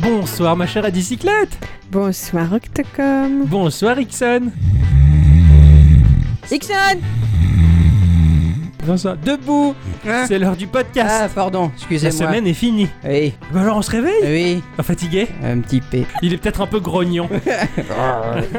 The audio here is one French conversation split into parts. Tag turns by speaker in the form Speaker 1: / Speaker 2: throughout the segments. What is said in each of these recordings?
Speaker 1: Bonsoir ma chère à bicyclette
Speaker 2: Bonsoir Octocom.
Speaker 1: Bonsoir Ixon
Speaker 2: Ixon
Speaker 1: Bonsoir Debout
Speaker 3: Hein
Speaker 1: C'est l'heure du podcast
Speaker 3: Ah, pardon,
Speaker 1: La
Speaker 3: excusez-moi.
Speaker 1: semaine est finie
Speaker 3: Oui,
Speaker 1: Bah alors on se réveille
Speaker 3: oui,
Speaker 1: Ah, Fatigué
Speaker 3: un petit P.
Speaker 1: Il est peut-être un peu grognon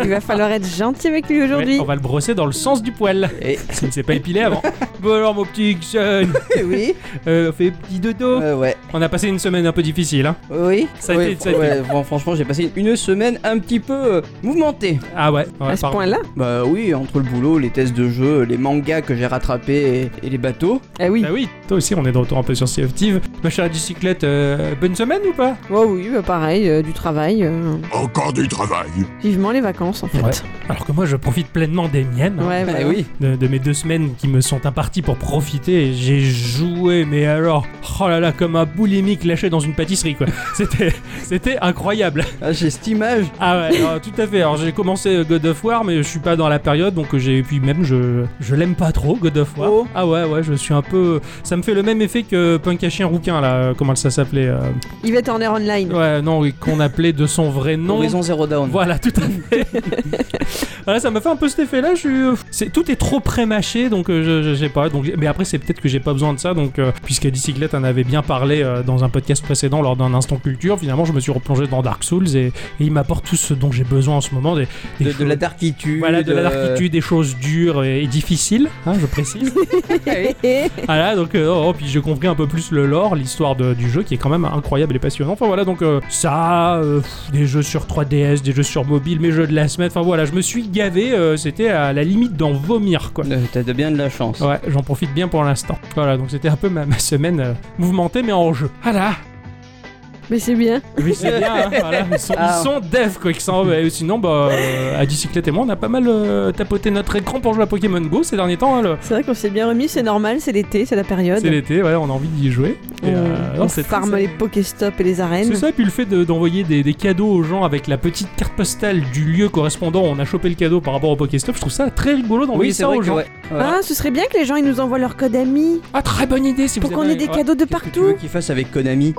Speaker 2: Il va falloir être gentil avec lui aujourd'hui.
Speaker 1: Ouais, On va le brosser dans le sens du poil
Speaker 3: Eh,
Speaker 1: S'il ne s'est pas épilé avant Bon alors mon petit Ixon
Speaker 3: oui,
Speaker 1: euh, on fait petit dodo
Speaker 3: euh, ouais,
Speaker 1: On a passé une semaine un peu difficile hein
Speaker 3: oui.
Speaker 1: Ça a
Speaker 3: Ouais,
Speaker 1: été- ça a été.
Speaker 3: ouais, bon, franchement, j'ai passé une semaine un petit peu euh, mouvementée.
Speaker 1: Ah ouais, ouais,
Speaker 2: à ce
Speaker 1: pardon.
Speaker 2: point-là
Speaker 3: Bah oui, entre le boulot, les tests de jeu, les mangas que j'ai rattrapés et, et les bateaux.
Speaker 2: Ah oui.
Speaker 1: Bah oui, toi aussi on est de retour un peu sur Sea of Thieves. Ma chère à bicyclette, euh, bonne semaine ou pas
Speaker 2: Oh oui, bah pareil, euh, du travail. euh,
Speaker 4: Encore du travail.
Speaker 2: vivement les vacances en fait.
Speaker 1: Ouais. Alors que moi je profite pleinement des miennes. hein.
Speaker 2: Ouais,
Speaker 3: Eh
Speaker 2: voilà.
Speaker 3: oui,
Speaker 1: de, de mes deux semaines qui me sont imparties pour profiter. et J'ai joué, mais alors, oh là là, comme un boulimique lâché dans une pâtisserie, quoi. C'était, c'était incroyable.
Speaker 3: ah, j'ai cette image.
Speaker 1: Ah ouais, alors, tout à fait. Alors j'ai commencé euh, God of War, mais je suis pas dans la période, donc euh, j'ai, et puis même je, je l'aime pas trop God of War.
Speaker 3: Oh.
Speaker 1: Ah ouais, ouais, je suis un peu, ça me fait le même effet que Punk à chien rouquin là, euh, comment ça s'appelait euh,
Speaker 2: Yvette Horner Online.
Speaker 1: Ouais, non, oui, qu'on appelait de son vrai nom.
Speaker 3: Horizon Zero Down.
Speaker 1: Voilà, tout à fait. voilà, ça m'a fait un peu cet effet-là. Je suis... euh, c'est- tout est trop pré-mâché, donc euh, je, je sais pas. Donc, j'ai- mais après, c'est peut-être que j'ai pas besoin de ça. Donc, euh, puisque Dicyclette en avait bien parlé euh, dans un podcast précédent lors d'un instant culture, finalement, je me suis replongé dans Dark Souls et, et il m'apporte tout ce dont j'ai besoin en ce moment. Des, des
Speaker 3: De, de
Speaker 1: choses-
Speaker 3: la darkitude.
Speaker 1: voilà, de la
Speaker 3: euh,
Speaker 1: darkitude, des choses dures et, et difficiles, hein, je précise. Voilà, donc euh, oh, puis j'ai compris un peu plus le lore, l'histoire de- du jeu qui est quand même incroyable et passionnant. Enfin voilà, donc euh, ça, euh, pff, des jeux sur 3DS, des jeux sur mobile, mes jeux de la semaine. Enfin voilà, je me suis gavé, euh, c'était à la limite d'en vomir quoi.
Speaker 3: euh, T'as de bien de la chance.
Speaker 1: Ouais, j'en profite bien pour l'instant. Voilà, donc c'était un peu ma, ma semaine euh, mouvementée mais en jeu. Voilà.
Speaker 2: Mais c'est bien.
Speaker 1: Oui, c'est bien, hein, voilà. Ils sont,
Speaker 3: Ah.
Speaker 1: ils sont devs, quoi. qu'ils sont. Mais sinon, bah, euh, à Dicyclette et moi, on a pas mal euh, tapoté notre écran pour jouer à Pokémon Go ces derniers temps. hein, le-
Speaker 2: C'est vrai qu'on s'est bien remis, c'est normal, c'est l'été, c'est la période.
Speaker 1: C'est l'été, ouais, on a envie d'y jouer. Et,
Speaker 2: On,
Speaker 1: euh, non,
Speaker 2: on
Speaker 1: c'est-
Speaker 2: farme les Pokéstop et les arènes.
Speaker 1: C'est ça, et puis le fait de- d'envoyer des, des cadeaux aux gens avec la petite carte postale du lieu correspondant où on a chopé le cadeau par rapport au Pokéstop, je trouve ça très rigolo d'envoyer
Speaker 3: oui, c'est
Speaker 1: ça
Speaker 3: vrai
Speaker 1: aux
Speaker 3: que
Speaker 1: gens.
Speaker 3: ouais.
Speaker 2: Ah, ce serait bien que les gens ils nous envoient leur code ami
Speaker 1: Ah, très bonne idée si
Speaker 2: pour
Speaker 1: vous
Speaker 2: qu'on
Speaker 1: avez-
Speaker 2: ait des
Speaker 1: Ouais,
Speaker 2: cadeaux de
Speaker 3: Qu'est-ce que tu veux
Speaker 2: partout.
Speaker 3: qu'ils fassent avec Konami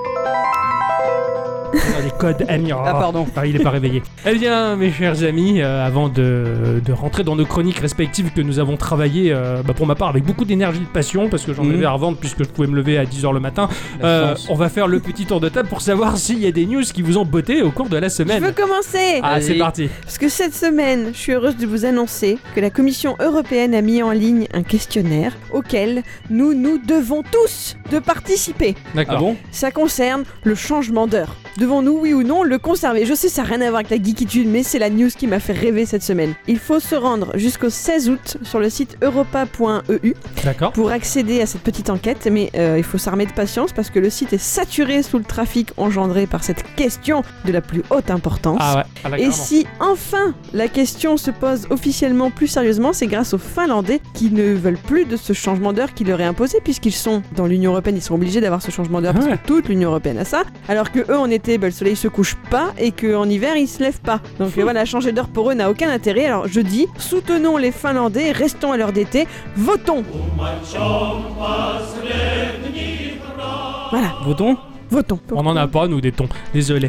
Speaker 1: on a des codes amis.
Speaker 3: Ah, pardon.
Speaker 1: Ah, il est pas réveillé. Eh bien, mes chers amis, euh, avant de, de rentrer dans nos chroniques respectives que nous avons travaillées, euh, bah, pour ma part, avec beaucoup d'énergie et de passion, parce que j'en
Speaker 3: Mhm.
Speaker 1: avais à revendre puisque je pouvais me lever à 10h le matin,
Speaker 3: La
Speaker 1: euh,
Speaker 3: chance.
Speaker 1: on va faire le petit tour de table pour savoir s'il y a des news qui vous ont botté au cours de la
Speaker 2: Je veux
Speaker 1: semaine.
Speaker 2: commencer
Speaker 1: Ah, c'est
Speaker 3: Vas-y.
Speaker 1: parti.
Speaker 2: Parce que cette semaine, je suis heureuse de vous annoncer que la Commission européenne a mis en ligne un questionnaire auquel nous nous devons tous de participer.
Speaker 1: D'accord.
Speaker 3: Ah bon
Speaker 2: Ça concerne le changement d'heure. Devons-nous, oui ou non, le conserver Je sais, ça n'a rien à voir avec la geekitude, mais c'est la news qui m'a fait rêver cette semaine. Il faut se rendre jusqu'au 16 août sur le site europa.eu
Speaker 1: D'accord.
Speaker 2: pour accéder à cette petite enquête, mais euh, il faut s'armer de patience parce que le site est saturé sous le trafic engendré par cette question de la plus haute importance.
Speaker 1: Ah ouais. Ah, là,
Speaker 2: Et
Speaker 1: carrément.
Speaker 2: si enfin la question se pose officiellement plus sérieusement, c'est grâce aux Finlandais qui ne veulent plus de ce changement d'heure qui leur est imposé puisqu'ils sont dans l'Union européenne, ils sont obligés d'avoir ce changement d'heure
Speaker 1: Ah
Speaker 2: parce
Speaker 1: ouais.
Speaker 2: que toute l'Union européenne a ça. Alors que eux en été, bah, le soleil se couche pas et qu'en hiver il se lève pas. Donc euh, voilà, changer d'heure pour eux n'a aucun intérêt. Alors je dis, soutenons les Finlandais, restons à l'heure d'été, votons. Voilà,
Speaker 1: Votons
Speaker 2: votons.
Speaker 1: On n'en a pas, nous, des tons. Désolé.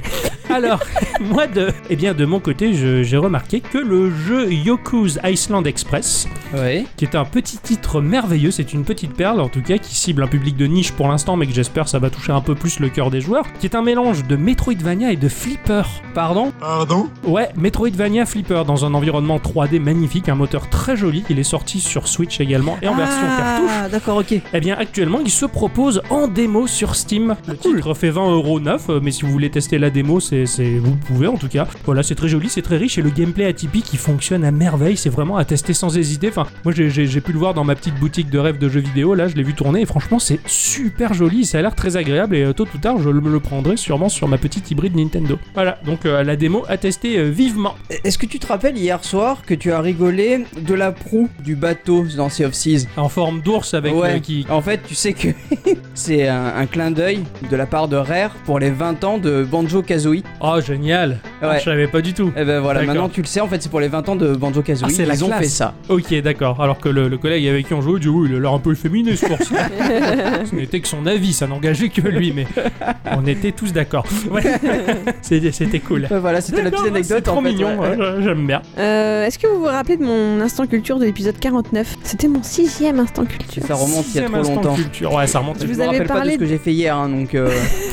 Speaker 1: Alors, moi, de, eh bien, de mon côté, je- j'ai remarqué que le jeu Yoku's Iceland Express,
Speaker 3: Ouais.
Speaker 1: qui est un petit titre merveilleux, c'est une petite perle, en tout cas, qui cible un public de niche pour l'instant, mais que j'espère ça va toucher un peu plus le cœur des joueurs, qui est un mélange de Metroidvania et de Flipper.
Speaker 3: Pardon
Speaker 4: Pardon
Speaker 1: Ouais, Metroidvania Flipper, dans un environnement 3D magnifique, un moteur très joli, il est sorti sur Switch également, et en version cartouche.
Speaker 3: Ah, d'accord, ok.
Speaker 1: Eh bien, actuellement, il se propose en démo sur Steam. Le titre fait 20,9€, euh, mais si vous voulez tester la démo, c'est, c'est- vous pouvez en tout cas. Voilà, c'est très joli, c'est très riche et le gameplay atypique, il fonctionne à merveille. C'est vraiment à tester sans hésiter. Enfin, moi, j'ai, j'ai- j'ai pu le voir dans ma petite boutique de rêve de jeux vidéo. Là, je l'ai vu tourner et franchement, c'est super joli. Ça a l'air très agréable et euh, tôt ou tard, je me le prendrai sûrement sur ma petite hybride Nintendo. Voilà, donc euh, la démo à tester euh, vivement.
Speaker 3: Est-ce que tu te rappelles hier soir que tu as rigolé de la proue du bateau dans Sea of Seas
Speaker 1: En forme d'ours avec
Speaker 3: Ouais.
Speaker 1: euh, qui.
Speaker 3: En fait, tu sais que c'est un, un clin d'œil de la part de Rare pour les 20 ans de Banjo Kazooie.
Speaker 1: Oh, génial! Ah, Je savais pas du tout.
Speaker 3: Et ben voilà,
Speaker 1: D'accord.
Speaker 3: maintenant tu le sais, en fait, c'est pour les 20 ans de Banjo
Speaker 4: Ah,
Speaker 3: Kazooie.
Speaker 4: c'est la
Speaker 3: ils ont
Speaker 4: classe.
Speaker 3: fait ça.
Speaker 1: Ok, d'accord. Alors que le, le collègue avec qui on jouait dit oui, il a l'air un peu efféminé ce cours-ci. ce n'était que son avis, ça n'engageait que lui, mais on était tous d'accord. Ouais. C'était c'était cool.
Speaker 3: Ouais, voilà, c'était la petite
Speaker 1: D'accord,
Speaker 3: anecdote
Speaker 1: C'est trop
Speaker 3: en fait.
Speaker 1: mignon,
Speaker 3: ouais.
Speaker 1: ouais, j'aime bien.
Speaker 2: Euh, Est-ce que vous vous rappelez de mon instant culture de l'épisode 49 C'était mon sixième instant culture.
Speaker 3: Ça remonte il y a
Speaker 1: Sixième
Speaker 3: trop
Speaker 1: instant
Speaker 3: longtemps.
Speaker 1: culture. Ouais, ça remonte.
Speaker 2: Je
Speaker 3: Je
Speaker 2: vous
Speaker 3: me
Speaker 2: avais
Speaker 3: rappelle pas de
Speaker 2: parlé
Speaker 3: ce que
Speaker 2: de-
Speaker 3: j'ai fait hier, hein, donc. euh,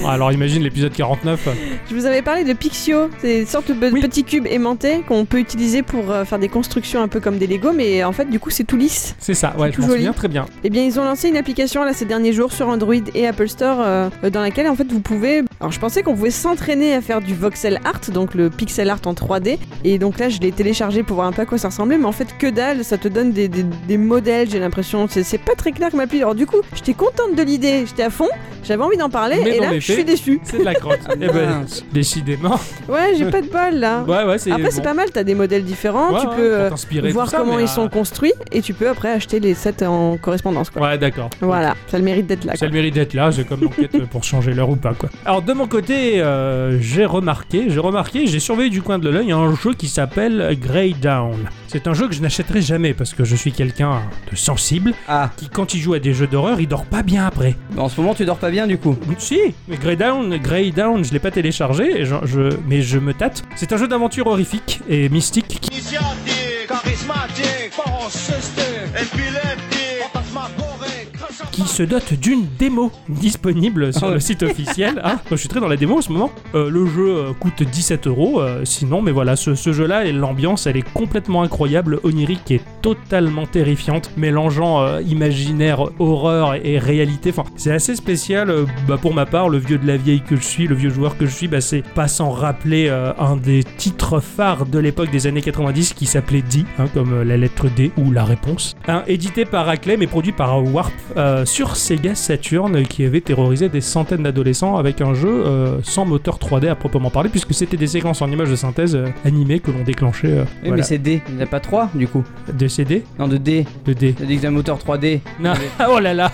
Speaker 1: Alors imagine l'épisode 49.
Speaker 2: Je vous avais parlé de Pixio, ces sortes de
Speaker 1: Oui.
Speaker 2: petits cubes aimantés qu'on peut utiliser pour euh, faire des constructions un peu comme des Lego, mais en fait, du coup, c'est tout lisse.
Speaker 1: C'est ça, ouais, je
Speaker 2: C'est tout
Speaker 1: m'en
Speaker 2: joli.
Speaker 1: souviens très bien.
Speaker 2: Eh bien, ils ont lancé une application là ces derniers jours sur Android et Apple Store euh, euh, dans laquelle en fait vous pouvez. Alors, je pensais qu'on pouvait s'entraîner à faire du voxel art, donc le pixel art en 3D. Et donc là, je l'ai téléchargé pour voir un peu à quoi ça ressemblait, mais en fait, que dalle, ça te donne des, des- des modèles, j'ai l'impression. C'est, c'est pas très clair comme appli. Alors, du coup, j'étais contente de l'idée, j'étais à fond, j'avais envie d'en parler,
Speaker 1: Mais
Speaker 2: et
Speaker 1: dans
Speaker 2: là,
Speaker 1: les
Speaker 2: je suis
Speaker 1: faits-
Speaker 2: déçue.
Speaker 1: C'est de la crotte. Eh ben,
Speaker 3: Ah, mince.
Speaker 1: décidément.
Speaker 2: Ouais, j'ai pas de bol là.
Speaker 1: Ouais, ouais, c'est.
Speaker 2: Après, c'est pas mal, t'as des modèles différents,
Speaker 1: Ouais,
Speaker 2: tu
Speaker 1: ouais,
Speaker 2: peux
Speaker 1: pour
Speaker 2: euh,
Speaker 1: t'inspirer, tout
Speaker 2: voir
Speaker 1: ça,
Speaker 2: comment
Speaker 1: mais,
Speaker 2: ils sont
Speaker 1: euh,
Speaker 2: construits et tu peux après acheter les sets en correspondance. Quoi.
Speaker 1: Ouais, d'accord.
Speaker 2: Voilà, ça a le mérite d'être là.
Speaker 1: Ça a le mérite d'être là, c'est comme l'enquête pour changer l'heure ou pas quoi. Alors de mon côté, euh, j'ai remarqué, j'ai remarqué, j'ai surveillé du coin de l'œil un jeu qui s'appelle Grey Down. C'est un jeu que je n'achèterai jamais parce que je suis quelqu'un de sensible
Speaker 3: Ah,
Speaker 1: qui quand il joue à des jeux d'horreur, il dort pas bien après.
Speaker 3: en ce moment tu dors pas bien du coup.
Speaker 1: Si, mais Grey Down, Grey Down, je l'ai pas téléchargé, et je, je- mais je me tâte. C'est un jeu d'aventure horrifique et mystique qui
Speaker 5: Initiatic, charismatic, paroxystic, epileptic, fantasmagoric,
Speaker 1: qui se dote d'une démo disponible sur
Speaker 3: Ah ouais.
Speaker 1: le site officiel. hein. Moi, je suis très dans la démo en ce moment. Euh, le jeu euh, coûte 17 euros, euh, sinon, mais voilà, ce, ce jeu-là, et l'ambiance, elle est complètement incroyable, onirique et totalement terrifiante, mélangeant euh, imaginaire, horreur et, et réalité. Enfin, c'est assez spécial. euh, bah, pour ma part, le vieux de la vieille que je suis, le vieux joueur que je suis, bah, c'est pas sans rappeler euh, un des titres phares de l'époque des années 90 qui s'appelait D, hein, comme euh, la lettre D ou la réponse. Hein, édité par Acclaim et produit par Warp euh, sur Sega Saturn euh, qui avait terrorisé des centaines d'adolescents avec un jeu euh, sans moteur 3D à proprement parler puisque c'était des séquences en images de synthèse euh, animées que l'on déclenchait euh,
Speaker 3: Oui,
Speaker 1: voilà,
Speaker 3: mais c'est D, il n'y en a pas 3 du coup.
Speaker 1: de CD,
Speaker 3: Non, de D,
Speaker 1: de D.
Speaker 3: t'as dit que c'est un moteur 3D.
Speaker 1: Non. oh là là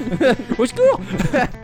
Speaker 1: Au secours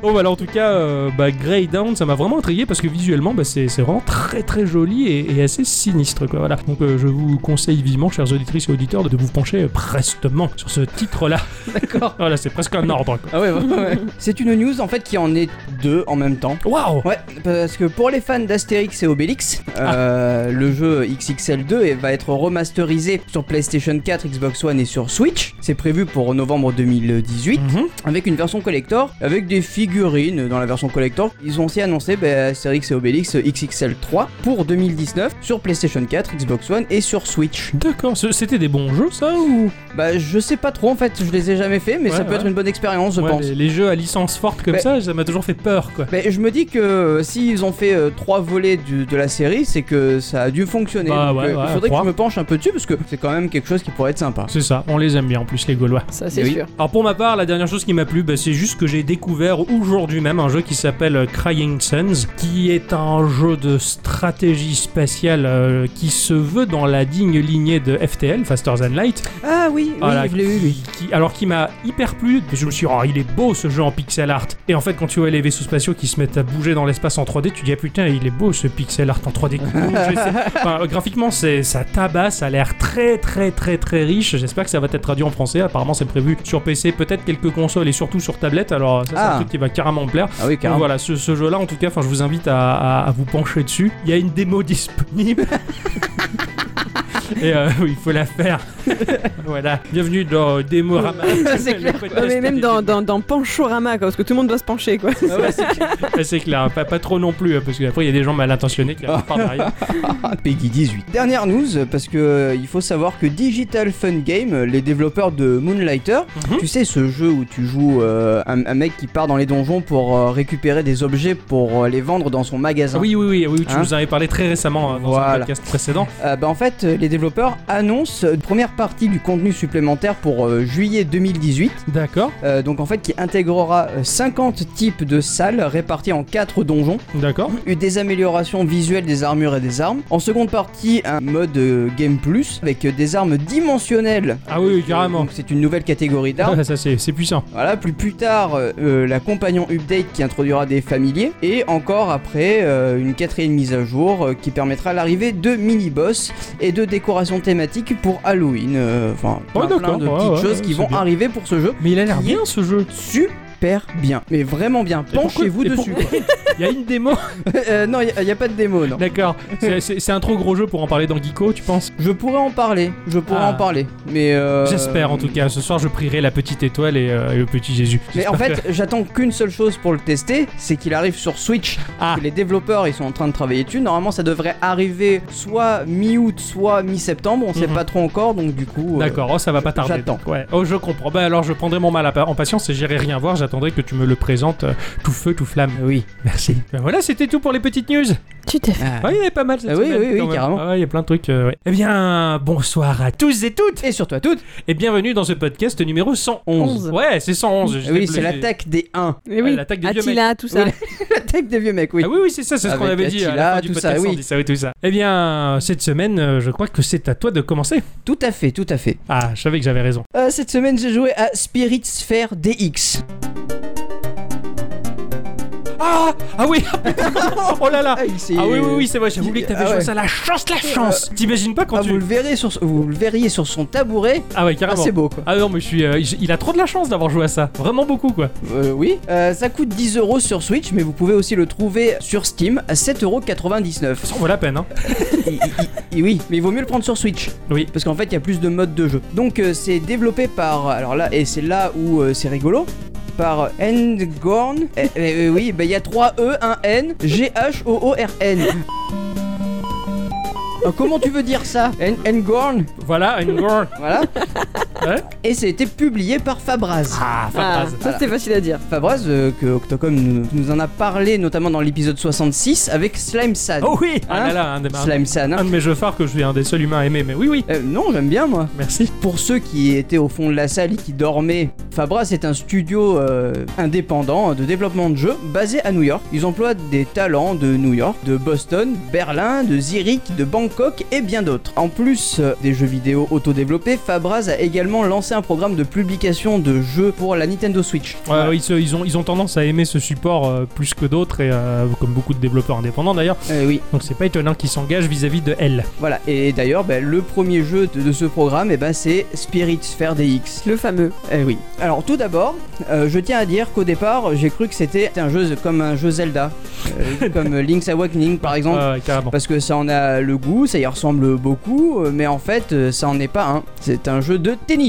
Speaker 1: Bon bah alors en tout cas, euh, bah, Grey Down, ça m'a vraiment intrigué parce que visuellement, bah, c'est c'est vraiment très très joli et, et assez sinistre quoi, voilà. Donc euh, je vous conseille vivement, chers auditrices et auditeurs, de vous pencher euh, prestement sur ce titre-là.
Speaker 3: D'accord.
Speaker 1: Voilà, c'est presque un ordre quoi.
Speaker 3: Ah ouais, ouais, ouais. C'est une news en fait qui en est deux en même temps.
Speaker 1: Waouh
Speaker 3: Ouais, parce que pour les fans d'Astérix et Obélix, euh, le jeu XXL2 va être remasterisé sur PlayStation 4, Xbox One et sur Switch. C'est prévu pour novembre 2018
Speaker 1: Mhm.
Speaker 3: avec une version collector, avec des figurines dans la version collector. Ils ont aussi annoncé bah, Astérix et Obélix XXL3 pour 2019 sur PlayStation 4, Xbox One et sur Switch.
Speaker 1: D'accord, ce- c'était des bons jeux ça ou
Speaker 3: Bah je sais pas trop en fait, je les ai jamais fait, mais
Speaker 1: Ouais,
Speaker 3: ça peut
Speaker 1: ouais.
Speaker 3: être une bonne expérience je
Speaker 1: Ouais,
Speaker 3: pense.
Speaker 1: Les, les jeux à licence forte comme
Speaker 3: Mais-
Speaker 1: ça, ça m'a toujours fait peur quoi.
Speaker 3: Mais je me dis que euh, s'ils ont fait euh, trois volets du- de la série, c'est que ça a dû fonctionner.
Speaker 1: Bah
Speaker 3: Donc,
Speaker 1: ouais,
Speaker 3: euh,
Speaker 1: ouais,
Speaker 3: il faudrait que
Speaker 1: trois.
Speaker 3: je me penche un peu dessus parce que c'est quand même quelque chose qui pourrait être sympa.
Speaker 1: C'est ça, on les aime bien en plus les Gaulois.
Speaker 2: Ça, c'est
Speaker 3: Oui.
Speaker 2: sûr.
Speaker 1: Alors pour ma part, la dernière chose qui m'a plu, bah, c'est juste que j'ai découvert aujourd'hui même un jeu qui s'appelle euh, Crying Suns, qui est un jeu de stratégie spatiale euh, qui se veut dans la digne lignée de FTL, Faster Than Light.
Speaker 3: Ah oui, oui,
Speaker 1: Voilà,
Speaker 3: je l'ai eu, oui.
Speaker 1: qui- alors qui m'a hyper plu, parce que je me suis dit, oh, il est beau ce jeu en pixel art. Et en fait, quand tu vois les vaisseaux spatiaux qui se mettent à bouger dans l'espace en 3D, tu dis, ah, putain, il est beau ce pixel art en 3D. qui bouge. C'est- enfin, graphiquement, c'est ça tabasse, ça a l'air très très très très riche. J'espère que ça va être traduit en français. Apparemment, c'est prévu sur PC, peut-être quelques consoles et surtout sur tablette. Alors, ça, c'est un
Speaker 3: Ah.
Speaker 1: truc qui va carrément me plaire.
Speaker 3: Ah oui,
Speaker 1: Donc
Speaker 3: carrément.
Speaker 1: voilà, ce, ce jeu-là, en tout cas, enfin, je vous invite à, à- à vous pencher dessus. Il y a une démo disponible. Et euh, oui, il faut la faire. voilà. Bienvenue dans euh, Démo Rama.
Speaker 3: C'est clair.
Speaker 2: Non, mais même dans, dans, dans Panchorama, quoi, parce que tout le monde doit se pencher. quoi.
Speaker 3: Ah ouais, c'est
Speaker 1: C'est clair, pas, pas trop non plus, hein, parce qu'après, il y a des gens mal intentionnés qui arrivent par derrière.
Speaker 3: Ah, Peggy 18. Dernière news, parce que euh, il faut savoir que Digital Fun Game, euh, les développeurs de Moonlighter,
Speaker 1: Mhm.
Speaker 3: tu sais ce jeu où tu joues euh, un, un mec qui part dans les donjons pour euh, récupérer des objets pour euh, les vendre dans son magasin.
Speaker 1: Ah oui, oui, oui, oui, tu
Speaker 3: Hein
Speaker 1: nous en avais parlé très récemment euh, dans un
Speaker 3: Voilà.
Speaker 1: podcast précédent.
Speaker 3: Euh, bah en fait, euh, les développeurs annoncent une première partie du contenu supplémentaire pour euh, juillet 2018.
Speaker 1: D'accord,
Speaker 3: euh, donc en fait qui intégrera euh, 50 types de salles réparties en 4 donjons,
Speaker 1: d'accord.
Speaker 3: eu des améliorations visuelles des armures et des armes. En seconde partie, un mode euh, game plus avec euh, des armes dimensionnelles.
Speaker 1: Ah oui, oui, carrément.
Speaker 3: Donc c'est une nouvelle catégorie d'armes.
Speaker 1: Ah, ça c'est c'est puissant.
Speaker 3: Voilà, plus plus tard, euh, euh, la compagnon update qui introduira des familiers, et encore après, euh, une quatrième mise à jour euh, qui permettra l'arrivée de mini-boss et de décorations thématiques pour Halloween. euh, Enfin,
Speaker 1: Ouais,
Speaker 3: plein,
Speaker 1: d'accord,
Speaker 3: plein de
Speaker 1: ouais,
Speaker 3: petites
Speaker 1: ouais,
Speaker 3: choses
Speaker 1: ouais,
Speaker 3: qui
Speaker 1: c'est
Speaker 3: vont
Speaker 1: bien.
Speaker 3: arriver pour ce jeu.
Speaker 1: Mais il a l'air
Speaker 3: Qui est
Speaker 1: bien ce jeu.
Speaker 3: Super bien, mais vraiment bien.
Speaker 1: Et pourquoi-
Speaker 3: Penchez-vous
Speaker 1: et
Speaker 3: dessus.
Speaker 1: pourquoi- Il y a une démo.
Speaker 3: Euh, non, il n'y a, pas de démo, non.
Speaker 1: D'accord. C'est- C'est c'est un trop gros jeu pour en parler dans Geeko, tu penses
Speaker 3: Je pourrais en parler, je pourrais
Speaker 1: Ah.
Speaker 3: en parler, mais. euh,
Speaker 1: J'espère en tout cas. Ce soir, je prierai la petite étoile et, euh, et le petit Jésus.
Speaker 3: Mais en
Speaker 1: J'espère
Speaker 3: fait, j'attends qu'une seule chose pour le tester, c'est qu'il arrive sur Switch.
Speaker 1: Ah.
Speaker 3: Parce que Les développeurs, ils sont en train de travailler dessus. Normalement, ça devrait arriver soit mi-août, soit mi-septembre. On sait
Speaker 1: Mhm.
Speaker 3: pas trop encore, donc du coup. euh,
Speaker 1: D'accord, oh, ça va pas tarder.
Speaker 3: j'attends.
Speaker 1: donc, Ouais. Oh, je comprends. Bah alors, je prendrai mon mal à pa- en patience et j'irai rien voir. J'attendrai que tu me le présentes euh, tout feu, tout flamme.
Speaker 3: Oui.
Speaker 1: Merci. Ben voilà, c'était tout pour les petites news.
Speaker 2: Tu t'es fait.
Speaker 1: Ouais, il y avait pas mal cette
Speaker 3: Ah oui,
Speaker 1: semaine,
Speaker 3: oui, oui,
Speaker 1: quand même.
Speaker 3: carrément.
Speaker 1: Ah ouais, il y a plein de trucs. euh, ouais. Eh bien, bonsoir à tous et toutes
Speaker 3: Et surtout à toutes.
Speaker 1: et bienvenue dans ce podcast numéro 111.
Speaker 2: Onze.
Speaker 1: Ouais, c'est 111. je sais
Speaker 3: Ah Oui,
Speaker 1: plus,
Speaker 3: c'est
Speaker 1: j'ai-
Speaker 3: l'attaque des 1.
Speaker 2: Et
Speaker 1: Ah,
Speaker 2: oui,
Speaker 1: l'attaque des vieux
Speaker 2: Attila, tout ça.
Speaker 3: Oui, L'attaque des vieux mecs, oui.
Speaker 1: Ah oui, oui, c'est ça, c'est ce qu'on
Speaker 3: Avec
Speaker 1: avait dit à la
Speaker 3: Attila,
Speaker 1: fin du
Speaker 3: tout ça,
Speaker 1: podcast
Speaker 3: oui.
Speaker 1: 110, ah oui, tout ça. Eh bien, cette semaine, euh, je crois que c'est à toi de commencer.
Speaker 3: Tout à fait, tout à fait.
Speaker 1: Ah, je savais que j'avais raison.
Speaker 3: Euh, cette semaine, j'ai joué à Spirit Sphere DX.
Speaker 1: Ah, ah oui, ah, putain, oh là là.
Speaker 3: Ah, il s'est-
Speaker 1: Ah oui, oui, oui, c'est vrai, j'ai oublié que t'avais
Speaker 3: Ah ouais.
Speaker 1: joué ça. La chance, la chance T'imagines pas quand
Speaker 3: Ah,
Speaker 1: tu...
Speaker 3: vous, le verrez sur, vous le verriez sur son tabouret.
Speaker 1: Ah ouais,
Speaker 3: Ah,
Speaker 1: carrément.
Speaker 3: c'est beau, quoi.
Speaker 1: Ah non, mais je suis... euh, il il a trop de la chance d'avoir joué à ça. Vraiment beaucoup, quoi.
Speaker 3: Euh, oui. Euh, ça coûte 10 euros sur Switch, mais vous pouvez aussi le trouver sur Steam à 7,99€.
Speaker 1: Ça en vaut la peine, hein.
Speaker 3: Et- et- et- et oui, mais il vaut mieux le prendre sur Switch.
Speaker 1: Oui.
Speaker 3: Parce qu'en fait, il y a plus de modes de jeu. Donc, euh, c'est développé par. Alors là, et c'est là où euh, c'est rigolo. Par Endgorn. Eh, eh, eh, oui, bah, il y a 3 E, 1 N, G-H-O-O-R-N. Ah, Comment tu veux dire ça En- Endgorn
Speaker 1: Voilà, une grrr.
Speaker 3: Voilà.
Speaker 1: Ouais.
Speaker 3: Et ça a été publié par Fabraz.
Speaker 1: Ah, fin de
Speaker 2: Ah,
Speaker 1: phrase.
Speaker 2: ça c'était facile à dire.
Speaker 3: Fabraz, euh, que Octocom nous, nous en a parlé notamment dans l'épisode 66 avec Slime Sad.
Speaker 1: Oh oui Ah
Speaker 3: Hein
Speaker 1: là là, un, des, un-
Speaker 3: Slime Sad, hein.
Speaker 1: un de mes jeux phares que je suis un des seuls humains à aimer, mais oui, oui.
Speaker 3: Euh, non, j'aime bien moi.
Speaker 1: Merci.
Speaker 3: Pour ceux qui étaient au fond de la salle et qui dormaient, Fabra c'est un studio euh, indépendant de développement de jeux basé à New York. Ils emploient des talents de New York, de Boston, Berlin, de Zurich, de Bangkok et bien d'autres. En plus euh, des jeux vidéo autodéveloppés, Fabraz a également lancé un programme de publication de jeux pour la Nintendo Switch.
Speaker 1: Ouais, ils, se- ils ont, ils ont tendance à aimer ce support euh, plus que d'autres, et euh, comme beaucoup de développeurs indépendants d'ailleurs,
Speaker 3: Euh, oui,
Speaker 1: donc c'est pas étonnant qu'ils s'engagent vis-à-vis de elle.
Speaker 3: voilà. Et d'ailleurs, ben, le premier jeu de, de ce programme, eh ben, c'est Spirit Sphere DX.
Speaker 2: Le fameux.
Speaker 3: Eh oui. Alors tout d'abord, euh, je tiens à dire qu'au départ, j'ai cru que c'était un jeu comme un jeu Zelda, Euh, comme Link's Awakening par exemple.
Speaker 1: Ouais, ouais, carrément.
Speaker 3: Parce que ça en a le goût, ça y ressemble beaucoup, euh, mais en fait, euh, ça en est pas un. C'est un jeu de tennis.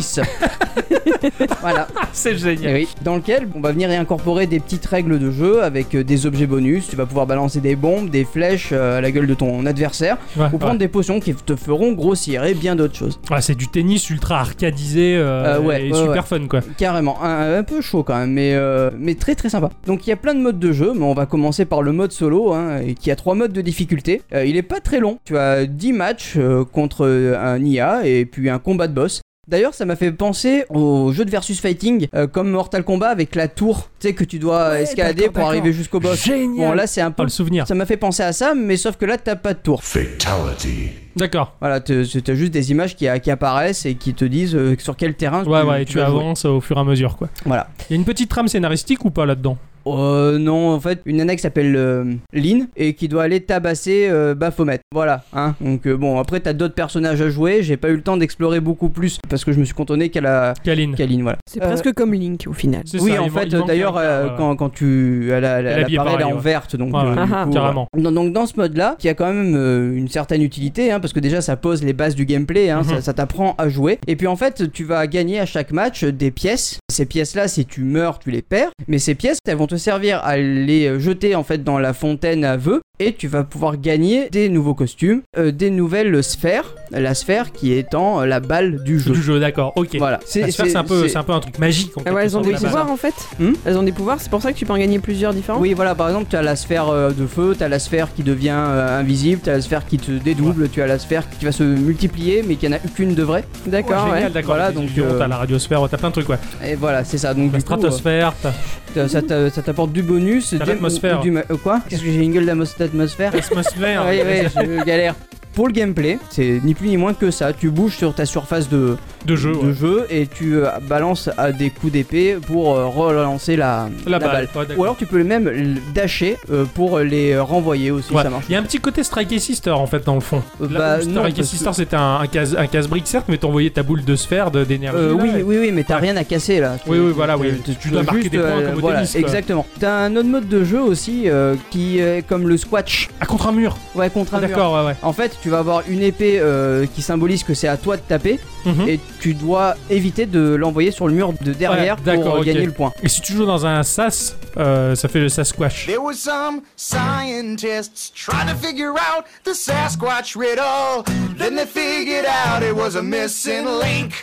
Speaker 3: voilà.
Speaker 1: Ah, c'est
Speaker 3: Eh
Speaker 1: génial.
Speaker 3: oui. Dans lequel on va venir y incorporer des petites règles de jeu avec euh, des objets bonus. Tu vas pouvoir balancer des bombes, des flèches euh, à la gueule de ton adversaire,
Speaker 1: Ouais,
Speaker 3: ou
Speaker 1: ouais.
Speaker 3: prendre des potions qui te feront grossir et bien d'autres choses.
Speaker 1: Ouais, Ah, c'est du tennis ultra arcadisé euh,
Speaker 3: Euh, ouais,
Speaker 1: et
Speaker 3: ouais,
Speaker 1: super
Speaker 3: ouais.
Speaker 1: fun, quoi.
Speaker 3: Carrément, un, un peu chaud quand même, mais, euh, mais très très sympa. Donc il y a plein de modes de jeu, mais on va commencer par le mode solo, hein, et qui a trois modes de difficulté. Euh, il est pas très long, tu as 10 matchs euh, contre euh, un IA et puis un combat de boss. D'ailleurs, ça m'a fait penser au jeu de versus fighting, euh, comme Mortal Kombat avec la tour, tu sais, que tu dois
Speaker 1: Ouais,
Speaker 3: escalader
Speaker 1: d'accord,
Speaker 3: pour arriver
Speaker 1: d'accord.
Speaker 3: jusqu'au boss.
Speaker 1: Génial.
Speaker 3: Bon, là, c'est un peu.
Speaker 1: Ah, le souvenir.
Speaker 3: Ça m'a fait penser à ça, mais sauf que là, t'as pas de tour.
Speaker 5: Fatality.
Speaker 1: D'accord.
Speaker 3: Voilà, te- t'as juste des images qui, qui apparaissent et qui te disent euh, sur quel terrain
Speaker 1: Ouais,
Speaker 3: tu,
Speaker 1: ouais,
Speaker 3: tu
Speaker 1: tu
Speaker 3: vas jouer.
Speaker 1: avances au fur et à mesure, quoi.
Speaker 3: Voilà.
Speaker 1: Il y a une petite trame scénaristique ou pas là-dedans
Speaker 3: Euh, non, en fait, une nana qui s'appelle euh, Lynn et qui doit aller tabasser euh, Baphomet. Voilà, hein. Donc, euh, bon, après, t'as d'autres personnages à jouer. J'ai pas eu le temps d'explorer beaucoup plus parce que je me suis cantonné qu'à la.
Speaker 1: Kaline.
Speaker 3: qu'à Lynn, voilà.
Speaker 2: C'est
Speaker 3: Euh,
Speaker 2: presque comme Link au final.
Speaker 1: C'est
Speaker 3: Oui,
Speaker 1: ça,
Speaker 3: en
Speaker 1: il man-
Speaker 3: fait,
Speaker 1: il manque
Speaker 3: d'ailleurs,
Speaker 1: un-
Speaker 3: euh,
Speaker 1: ouais.
Speaker 3: quand, quand tu. Elle, a- elle,
Speaker 1: Elle
Speaker 3: elle
Speaker 1: habille
Speaker 3: apparaît, elle est
Speaker 1: pareil,
Speaker 3: en
Speaker 1: ouais.
Speaker 3: verte, donc.
Speaker 1: Ouais,
Speaker 3: euh,
Speaker 1: ouais.
Speaker 3: du
Speaker 2: Ah,
Speaker 3: coup,
Speaker 1: carrément.
Speaker 3: voilà. Donc, dans ce mode-là, qui a quand même euh, une certaine utilité, hein, parce que déjà, ça pose les bases du gameplay, hein,
Speaker 1: Mhm.
Speaker 3: ça, ça t'apprend à jouer. Et puis, en fait, tu vas gagner à chaque match des pièces. Ces pièces-là, si euh, tu meurs, tu les perds. Mais ces pièces, elles vont te servir à les jeter, en fait, dans la fontaine à vœux, et tu vas pouvoir gagner des nouveaux costumes, euh, des nouvelles sphères, la sphère qui étant euh, la balle du jeu.
Speaker 1: Du jeu, d'accord, ok.
Speaker 3: Voilà,
Speaker 1: La sphère, c'est un, peu-
Speaker 3: c'est-
Speaker 1: c'est un peu un truc magique. En
Speaker 2: Ah ouais,
Speaker 1: quelque
Speaker 2: elles ont
Speaker 1: sorte,
Speaker 2: des
Speaker 1: la balle.
Speaker 2: pouvoirs en fait.
Speaker 3: Hmm
Speaker 2: elles ont des pouvoirs, c'est pour ça que tu peux en gagner plusieurs différents.
Speaker 3: Oui, voilà, par exemple, tu as la sphère euh, de feu, tu as la sphère qui devient euh, invisible, tu as la sphère qui te dédouble, tu as la sphère qui va se multiplier, mais qu'il n'y en a aucune de vraie.
Speaker 2: D'accord, ouais.
Speaker 1: Oh, Génial, d'accord.
Speaker 3: Voilà,
Speaker 1: t'as des
Speaker 3: donc,
Speaker 1: violons,
Speaker 3: euh,
Speaker 1: T'as la radiosphère, t'as plein de trucs, ouais.
Speaker 3: Et voilà, c'est ça. Donc,
Speaker 1: hein. La
Speaker 3: du coup, euh,
Speaker 1: stratosphère, t'as-
Speaker 3: t'as- ça t'a- ça t'apporte du bonus.
Speaker 1: T'as
Speaker 3: des-
Speaker 1: l'atmosphère.
Speaker 3: du ma- euh, quoi Qu'est-ce que j'ai une gueule d'amos- d'atmosphère
Speaker 1: l'atmosphère.
Speaker 3: Oui, oui, je galère. Pour le gameplay, c'est ni plus ni moins que ça. Tu bouges sur ta surface de,
Speaker 1: De jeu, ouais.
Speaker 3: et tu euh, balances à des coups d'épée pour euh, relancer la,
Speaker 1: La balle. ouais,
Speaker 3: Ou
Speaker 1: d'accord.
Speaker 3: alors tu peux même le dasher euh, pour les euh, renvoyer aussi,
Speaker 1: Ouais.
Speaker 3: ça marche.
Speaker 1: Il y a un petit côté Strike et Sister en fait dans le fond.
Speaker 3: Euh,
Speaker 1: Là,
Speaker 3: bah,
Speaker 1: où
Speaker 3: non,
Speaker 1: Strike et
Speaker 3: parce que-
Speaker 1: Sister c'était un, un casse un casse-brique certes, mais t'envoyais ta boule de sphère de- d'énergie.
Speaker 3: Euh,
Speaker 1: Ah, là,
Speaker 3: oui,
Speaker 1: et-
Speaker 3: oui, oui, mais t'as rien à casser là.
Speaker 1: Oui, oui, voilà, oui.
Speaker 3: tu- tu
Speaker 1: dois marquer
Speaker 3: juste, euh,
Speaker 1: des points comme au
Speaker 3: voilà,
Speaker 1: tennis, quoi.
Speaker 3: Exactement. T'as un autre mode de jeu aussi euh, qui est comme le squash.
Speaker 1: Ah, contre un mur.
Speaker 3: Ouais, contre
Speaker 1: Ah,
Speaker 3: un mur.
Speaker 1: D'accord, ouais, ouais.
Speaker 3: En fait, tu vas avoir une épée euh, qui symbolise que c'est à toi de taper
Speaker 1: Mhm.
Speaker 3: et tu dois éviter de l'envoyer sur le mur de derrière
Speaker 1: Ouais, d'accord,
Speaker 3: pour euh,
Speaker 1: ok.
Speaker 3: gagner le point.
Speaker 1: Et si tu joues dans un sas, euh, ça fait le sasquatch.
Speaker 5: There was some scientists trying to figure out the Sasquatch riddle. Then they figured out it was a missing link.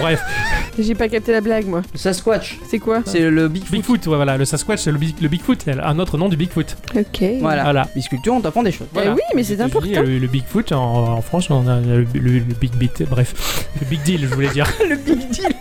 Speaker 1: Bref,
Speaker 2: J'ai pas capté la blague moi.
Speaker 3: Sasquatch,
Speaker 2: C'est quoi
Speaker 3: c'est le Bigfoot.
Speaker 1: Bigfoot, ouais, voilà, le sasquatch c'est le, Big- le Bigfoot, c'est un autre nom du Bigfoot.
Speaker 3: Eh
Speaker 2: Ok.
Speaker 3: Voilà.
Speaker 1: Voilà.
Speaker 3: Les sculptures, on t'apprend des choses.
Speaker 1: Voilà.
Speaker 2: oui, mais
Speaker 1: Aux
Speaker 2: c'est
Speaker 1: États-Unis,
Speaker 2: important.
Speaker 1: Le, le Bigfoot, en, en France, on a le, le- le Big Beat, bref, le Big Deal, je voulais dire.
Speaker 3: le Big Deal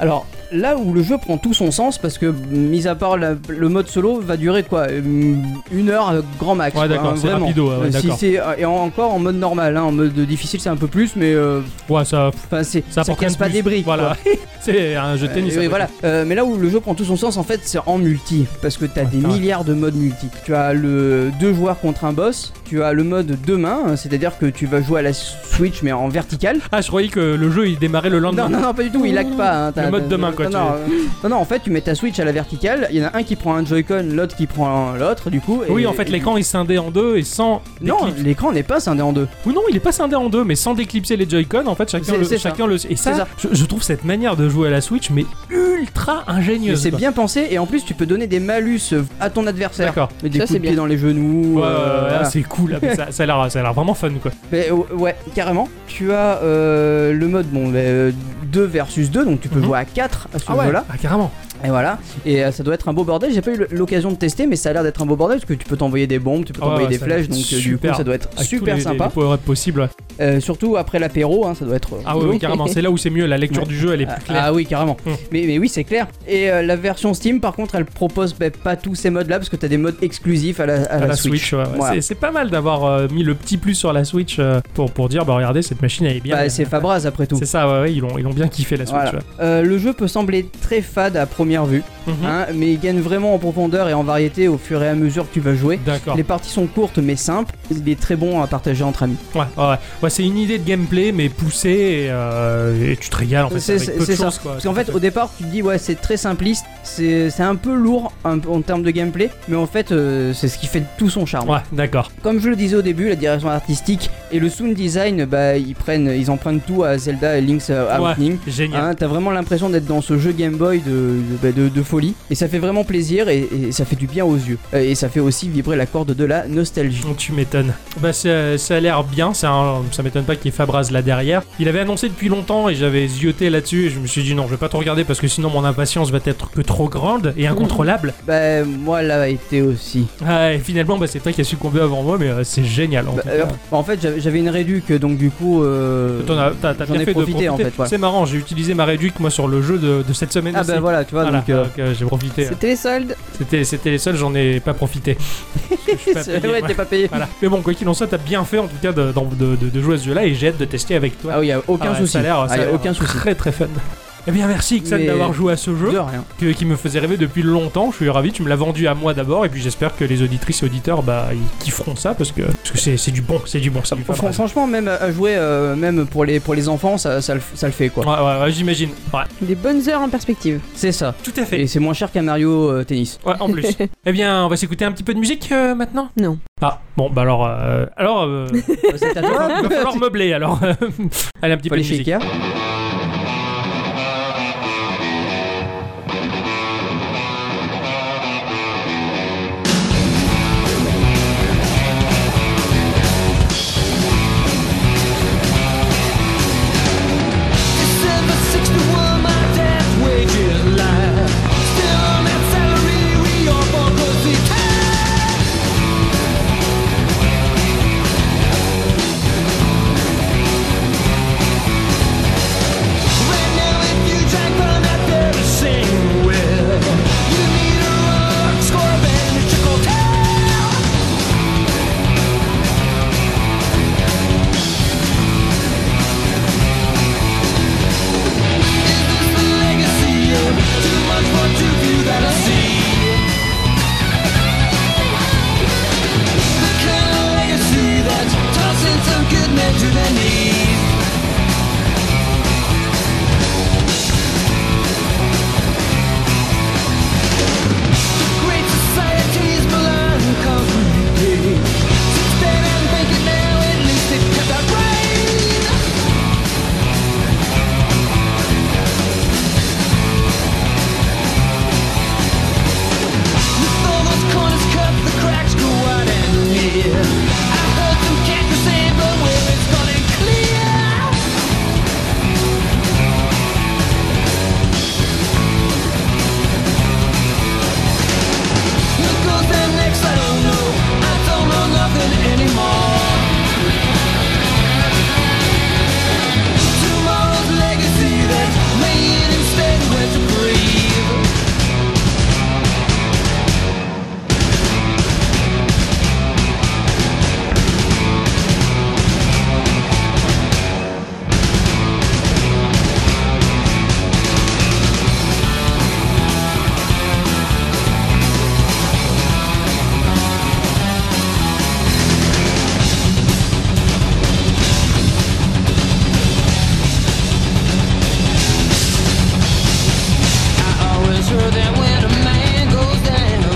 Speaker 3: Alors, là où le jeu prend tout son sens, parce que, mm, mis à part la- le mode solo, va durer quoi euh, Une heure euh, grand max.
Speaker 1: Ouais,
Speaker 3: quoi,
Speaker 1: d'accord,
Speaker 3: hein,
Speaker 1: c'est
Speaker 3: vraiment.
Speaker 1: rapido, ouais, ouais,
Speaker 3: Euh, si
Speaker 1: d'accord.
Speaker 3: c'est- Et en- encore en mode normal, hein, en mode difficile, c'est un peu plus, mais euh,
Speaker 1: Ouais, ça,
Speaker 3: enfin, c'est-
Speaker 1: ça
Speaker 3: ça
Speaker 1: apporte rien
Speaker 3: casse
Speaker 1: de
Speaker 3: pas
Speaker 1: plus.
Speaker 3: des briques. quoi.
Speaker 1: Voilà, c'est un jeu de tennis.
Speaker 3: Euh, oui,
Speaker 1: après.
Speaker 3: voilà. Euh, mais là où le jeu prend tout son sens, en fait, c'est en multi. Parce que t'as
Speaker 1: Ouais,
Speaker 3: des
Speaker 1: c'est vrai.
Speaker 3: milliards de modes multi. Tu as le deux joueurs contre un boss. Tu as le mode deux mains, hein, c'est-à-dire que tu vas jouer à la Switch mais en verticale.
Speaker 1: Ah, je croyais que le jeu il démarrait le lendemain.
Speaker 3: Non, non, non, pas du tout, il lag pas. hein, t'as-
Speaker 1: Le mode
Speaker 3: t'as-
Speaker 1: deux mains, quoi,
Speaker 3: Non, non, euh, non, non, en fait, tu mets ta Switch à la verticale. Il y en a un qui prend un Joy-Con, l'autre qui prend l'autre, du coup. et-
Speaker 1: Oui, en fait,
Speaker 3: et-
Speaker 1: l'écran est scindé en deux et sans.
Speaker 3: Non,
Speaker 1: déclip-
Speaker 3: l'écran n'est pas scindé en deux.
Speaker 1: ou non, il est pas scindé en deux, mais sans déclipser les Joy-Con, en fait, chacun
Speaker 3: C'est-
Speaker 1: le.
Speaker 3: c'est ça.
Speaker 1: Chacun le... Et ça,
Speaker 3: C'est ça.
Speaker 1: Je, je trouve cette manière de jouer à la Switch, mais ultra
Speaker 3: Mais
Speaker 1: ingénieuse.
Speaker 3: c'est
Speaker 1: quoi.
Speaker 3: bien pensé et en plus, tu peux donner des malus euh, à ton adversaire.
Speaker 1: D'accord.
Speaker 3: Des
Speaker 2: Ça,
Speaker 3: coups de
Speaker 2: c'est
Speaker 3: pied
Speaker 2: bien.
Speaker 3: dans les genoux.
Speaker 1: Ouais, ouais,
Speaker 3: euh,
Speaker 1: ouais,
Speaker 3: voilà.
Speaker 1: c'est cool, ah, mais ça, ça a l'air ça a l'air vraiment fun quoi.
Speaker 3: Mais, euh, ouais, carrément. Tu as euh, le mode bon, 2 versus 2, donc tu peux
Speaker 1: Mhm.
Speaker 3: jouer à 4 à ce
Speaker 1: ouais,
Speaker 3: jeu-là.
Speaker 1: ah, carrément.
Speaker 3: Et voilà. Et euh, ça doit être un beau bordel. J'ai pas eu l'occasion de tester, mais ça a l'air d'être un beau bordel parce que tu peux t'envoyer des bombes, tu peux
Speaker 1: Ouais,
Speaker 3: t'envoyer
Speaker 1: ouais,
Speaker 3: des
Speaker 1: ça doit
Speaker 3: flèches,
Speaker 1: être
Speaker 3: donc euh, du coup
Speaker 1: super.
Speaker 3: ça doit être
Speaker 1: Avec tous
Speaker 3: super
Speaker 1: les-
Speaker 3: sympa.
Speaker 1: Les, power possibles. ouais.
Speaker 3: Euh, surtout après l'apéro, hein, ça doit être.
Speaker 1: Ah ouais, oui, carrément. C'est là où c'est mieux, la lecture
Speaker 3: Ouais.
Speaker 1: du jeu elle est
Speaker 3: Ah,
Speaker 1: plus claire.
Speaker 3: ah oui, carrément.
Speaker 1: Mm.
Speaker 3: Mais, mais oui, c'est clair. Et euh, la version Steam, par contre, elle propose bah, pas tous ces modes-là parce que t'as des modes exclusifs à la, à
Speaker 1: à
Speaker 3: la
Speaker 1: la
Speaker 3: Switch.
Speaker 1: Switch, ouais, ouais.
Speaker 3: Voilà.
Speaker 1: C'est- c'est pas mal d'avoir euh, mis le petit plus sur la Switch euh, pour, pour dire bah regardez cette machine elle est bien.
Speaker 3: Bah, c'est Fabraz après tout.
Speaker 1: C'est ça, ouais, ouais, ils l'ont ils l'ont bien kiffé la Switch.
Speaker 3: Voilà. Euh, le jeu peut sembler très fade à première vue.
Speaker 1: ouais. Mhm.
Speaker 3: hein, mais il gagne vraiment en profondeur et en variété au fur et à mesure que tu vas jouer.
Speaker 1: D'accord.
Speaker 3: Les parties sont courtes mais simples, il est très bon à partager entre amis.
Speaker 1: Ouais, ouais, ouais. c'est une idée de gameplay, mais poussée et, euh, et tu te régales en fait.
Speaker 3: C'est-
Speaker 1: avec
Speaker 3: c'est-
Speaker 1: peu de
Speaker 3: c'est ça.
Speaker 1: choses, quoi.
Speaker 3: Parce qu'en fait au départ tu te dis ouais c'est très simpliste, c'est c'est un peu lourd un peu en termes de gameplay, mais en fait euh, c'est ce qui fait tout son charme.
Speaker 1: Ouais, d'accord.
Speaker 3: Comme je le disais au début, la direction artistique et le sound design, bah ils prennent, ils empruntent tout à Zelda et Link's euh,
Speaker 1: Ouais.
Speaker 3: Awakening.
Speaker 1: Génial.
Speaker 3: Hein, T'as vraiment l'impression d'être dans ce jeu Game Boy de, de, bah, de- de folie et ça fait vraiment plaisir et, et ça fait du bien aux yeux Euh, et ça fait aussi vibrer la corde de la nostalgie.
Speaker 1: Donc, Tu m'étonnes. Bah ça, ça a l'air bien, ça, hein, ça m'étonne pas qu'il y ait Fabraz là derrière. Il avait annoncé depuis longtemps et j'avais zioté là-dessus et je me suis dit non, je vais pas tout regarder parce que sinon mon impatience va être que trop grande et incontrôlable.
Speaker 3: Bah moi elle a été aussi.
Speaker 1: Ah, et finalement, bah, c'est toi qui as succombé avant moi, mais euh, c'est génial. En
Speaker 3: Bah,
Speaker 1: tout
Speaker 3: euh,
Speaker 1: cas.
Speaker 3: en fait j'avais j'avais une réduc donc du coup euh,
Speaker 1: T'en as- t'as- t'as
Speaker 3: j'en
Speaker 1: bien
Speaker 3: ai
Speaker 1: fait de
Speaker 3: profité, en
Speaker 1: profiter.
Speaker 3: fait, ouais.
Speaker 1: C'est marrant, j'ai utilisé ma réduc moi sur le jeu de, de cette semaine
Speaker 3: ah
Speaker 1: aussi.
Speaker 3: bah voilà tu vois
Speaker 1: Voilà,
Speaker 3: donc euh,
Speaker 1: donc, euh, j'ai profité.
Speaker 2: C'était les soldes.
Speaker 1: C'était, c'était les seuls, j'en ai pas profité. pas payé,
Speaker 3: c'est- ouais,
Speaker 1: ouais.
Speaker 3: t'es pas payé.
Speaker 1: Voilà. Mais bon, quoi qu'il en soit, t'as bien fait en tout cas de, d'en- de- de- de jouer à ce jeu-là et j'ai hâte de tester avec toi.
Speaker 3: Ah oui y a aucun
Speaker 1: Ah ouais,
Speaker 3: souci.
Speaker 1: Ça a l'air,
Speaker 3: Ah,
Speaker 1: ça a
Speaker 3: y a
Speaker 1: l'air
Speaker 3: aucun souci.
Speaker 1: Très très fun. Eh bien, merci Xan
Speaker 3: Mais-
Speaker 1: d'avoir joué à ce jeu
Speaker 3: De rien.
Speaker 1: que- qui me faisait rêver depuis longtemps. Je suis ravi, tu me l'as vendu à moi d'abord et puis j'espère que les auditrices et auditeurs bah, ils kifferont ça parce que, parce que c'est, c'est du bon, c'est du bon, c'est du
Speaker 3: Fran-
Speaker 1: Fabraz.
Speaker 3: franchement même à jouer euh, même pour les pour les enfants ça ça le, ça le fait quoi.
Speaker 1: Ouais, ouais, ouais, j'imagine. Ouais,
Speaker 2: Des bonnes heures en perspective.
Speaker 3: C'est ça.
Speaker 1: tout à fait.
Speaker 3: Et c'est moins cher qu'un Mario euh, tennis.
Speaker 1: Ouais, en plus. eh bien, on va s'écouter un petit peu de musique euh, maintenant
Speaker 2: Non.
Speaker 1: Ah, bon, bah alors. euh, alors, euh, il
Speaker 3: Bah, c'est à toi.
Speaker 1: va falloir meubler alors. Allez, un petit
Speaker 3: Faut
Speaker 1: peu Ah, de
Speaker 3: aller
Speaker 1: musique.
Speaker 3: chez Ikea.
Speaker 5: to their knees. The great society's blind community. Since then I'm thinking now at least it kept our brain. With all those corners cut, the cracks go wide and near. I heard some cactus say, but where it's gone and clear. What goes there next? I don't know. I don't know nothing anymore. Tomorrow's legacy that's made instead where to breathe. always heard that when a man goes down,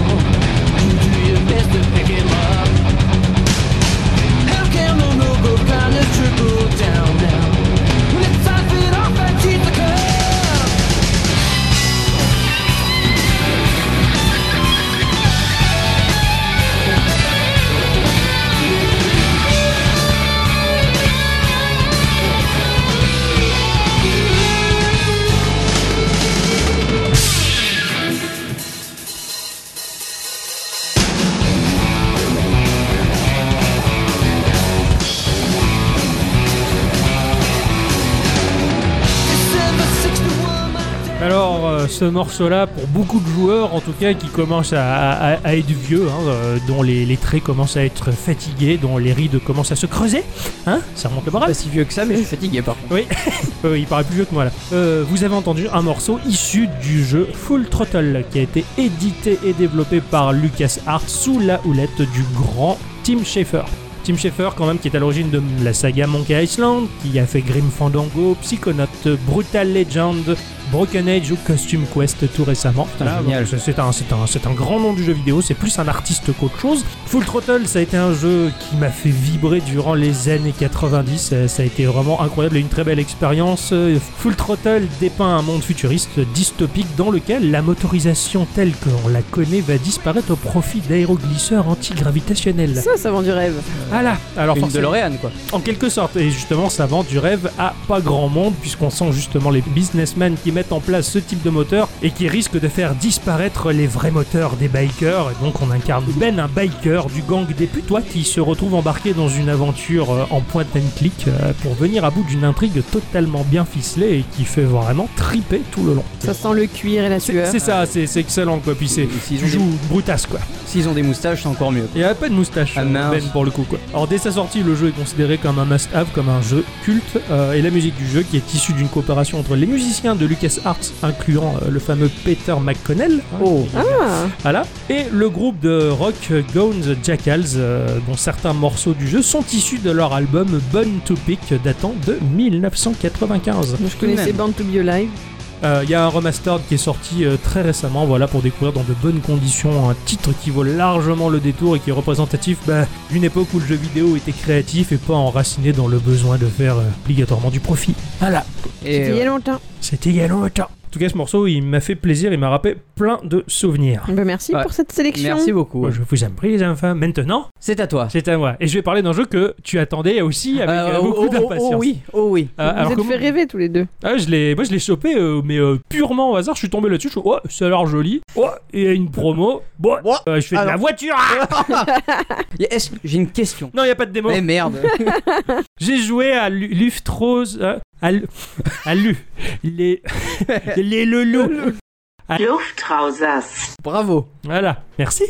Speaker 5: you do your best to pick him up. How can the no-go kindness trickle down now? When it's time to fit off and teeth the curve. December 61, my dad-
Speaker 1: Alors, euh, ce morceau-là, pour beaucoup de joueurs, en tout cas, qui commencent à, à- à être vieux, hein, euh, dont les, les traits commencent à être fatigués, dont les rides commencent à se creuser, hein, ça remonte le moral.
Speaker 3: Pas si vieux que ça, mais je suis fatigué par contre.
Speaker 1: Euh, il paraît plus vieux que moi là. Euh, vous avez entendu un morceau issu du jeu Full Throttle qui a été édité et développé par LucasArts sous la houlette du grand Tim Schafer. Tim Schafer quand même qui est à l'origine de la saga Monkey Island, qui a fait Grim Fandango, Psychonaut, Brutal Legend, Broken Age ou Costume Quest tout récemment.
Speaker 3: Putain, génial.
Speaker 1: donc, C'est un, c'est un- c'est un grand nom du jeu vidéo, c'est plus un artiste qu'autre chose. Full Throttle, ça a été un jeu qui m'a fait vibrer durant les années 90. Euh, Ça a été vraiment incroyable et une très belle expérience. Euh, Full Throttle dépeint un monde futuriste dystopique dans lequel la motorisation telle que l'on la connaît va disparaître au profit d'aéroglisseurs antigravitationnels.
Speaker 2: Ça, ça vend du rêve.
Speaker 1: Ah là Alors
Speaker 3: Une
Speaker 1: forcément-
Speaker 3: DeLorean quoi.
Speaker 1: en quelque sorte. Et justement, ça vend du rêve à pas grand monde, puisqu'on sent justement les businessmen qui mettent en place ce type de moteur et qui risquent de faire disparaître les vrais moteurs des bikers. Et donc, on incarne Ben, un biker du gang des putois qui se retrouve embarqué dans une aventure euh, en point and click euh, pour venir à bout d'une intrigue totalement bien ficelée et qui fait vraiment triper tout le long.
Speaker 2: Ça sent le cuir et la
Speaker 1: C'est
Speaker 2: sueur.
Speaker 1: c'est ça, c'est c'est excellent quoi. Puis c'est.
Speaker 3: S'ils
Speaker 1: Tu
Speaker 3: ont,
Speaker 1: joues brutasse quoi.
Speaker 3: des- s'ils ont des moustaches, c'est encore mieux.
Speaker 1: Il a pas de moustache,
Speaker 3: Ah,
Speaker 1: euh,
Speaker 3: mince.
Speaker 1: Ben, pour le coup. Quoi. Alors, dès sa sortie, le jeu est considéré comme un must-have, comme un jeu culte, euh, et la musique du jeu, qui est issue d'une coopération entre les musiciens de LucasArts, incluant euh, le fameux Peter McConnell, hein,
Speaker 3: Oh.
Speaker 1: qui-
Speaker 2: Ah,
Speaker 1: voilà, et le groupe de rock Gone the Jackals, euh, dont certains morceaux du jeu sont issus de leur album Bone to Pick, datant de 1995.
Speaker 2: je connaissais Band to Be Alive.
Speaker 1: Il Euh, y a un remastered qui est sorti euh, très récemment, voilà, pour découvrir dans de bonnes conditions un titre qui vaut largement le détour et qui est représentatif bah, d'une époque où le jeu vidéo était créatif et pas enraciné dans le besoin de faire euh, obligatoirement du profit. Voilà,
Speaker 3: Et,
Speaker 1: euh,
Speaker 2: C'était
Speaker 3: euh,
Speaker 2: il y a longtemps.
Speaker 1: c'était il y a longtemps. En tout cas, ce morceau, il m'a fait plaisir, il m'a rappelé plein de souvenirs.
Speaker 2: Ben, merci
Speaker 3: Ouais.
Speaker 2: pour cette
Speaker 3: euh,
Speaker 2: sélection.
Speaker 3: merci beaucoup.
Speaker 1: Moi, Je vous en prie, les enfants. Maintenant,
Speaker 3: C'est à toi.
Speaker 1: c'est à moi. Et je vais parler d'un jeu que tu attendais aussi avec
Speaker 3: Euh,
Speaker 1: euh, beaucoup
Speaker 3: oh, oh, oh,
Speaker 1: d'impatience.
Speaker 3: oh oui, oh oui.
Speaker 1: Euh,
Speaker 2: Vous
Speaker 1: alors
Speaker 2: êtes
Speaker 1: comment-
Speaker 2: fait rêver tous les deux.
Speaker 1: Ah, je l'ai, moi je l'ai chopé, euh, mais euh, purement au hasard. Je suis tombé là-dessus. Je suis, oh, ça a l'air joli. Oh, et il y a une promo. Bon,
Speaker 3: Ouais.
Speaker 1: euh, je fais de la
Speaker 3: Alors-
Speaker 1: voiture. Ah
Speaker 3: Y a- est-ce- J'ai une question.
Speaker 1: non, il y a pas de démo.
Speaker 3: Mais merde.
Speaker 1: J'ai joué à Lu- Luftrose, euh, à, Lu- à Lu, les, les loulous.
Speaker 4: Luftrausers.
Speaker 3: Bravo.
Speaker 1: Voilà, merci.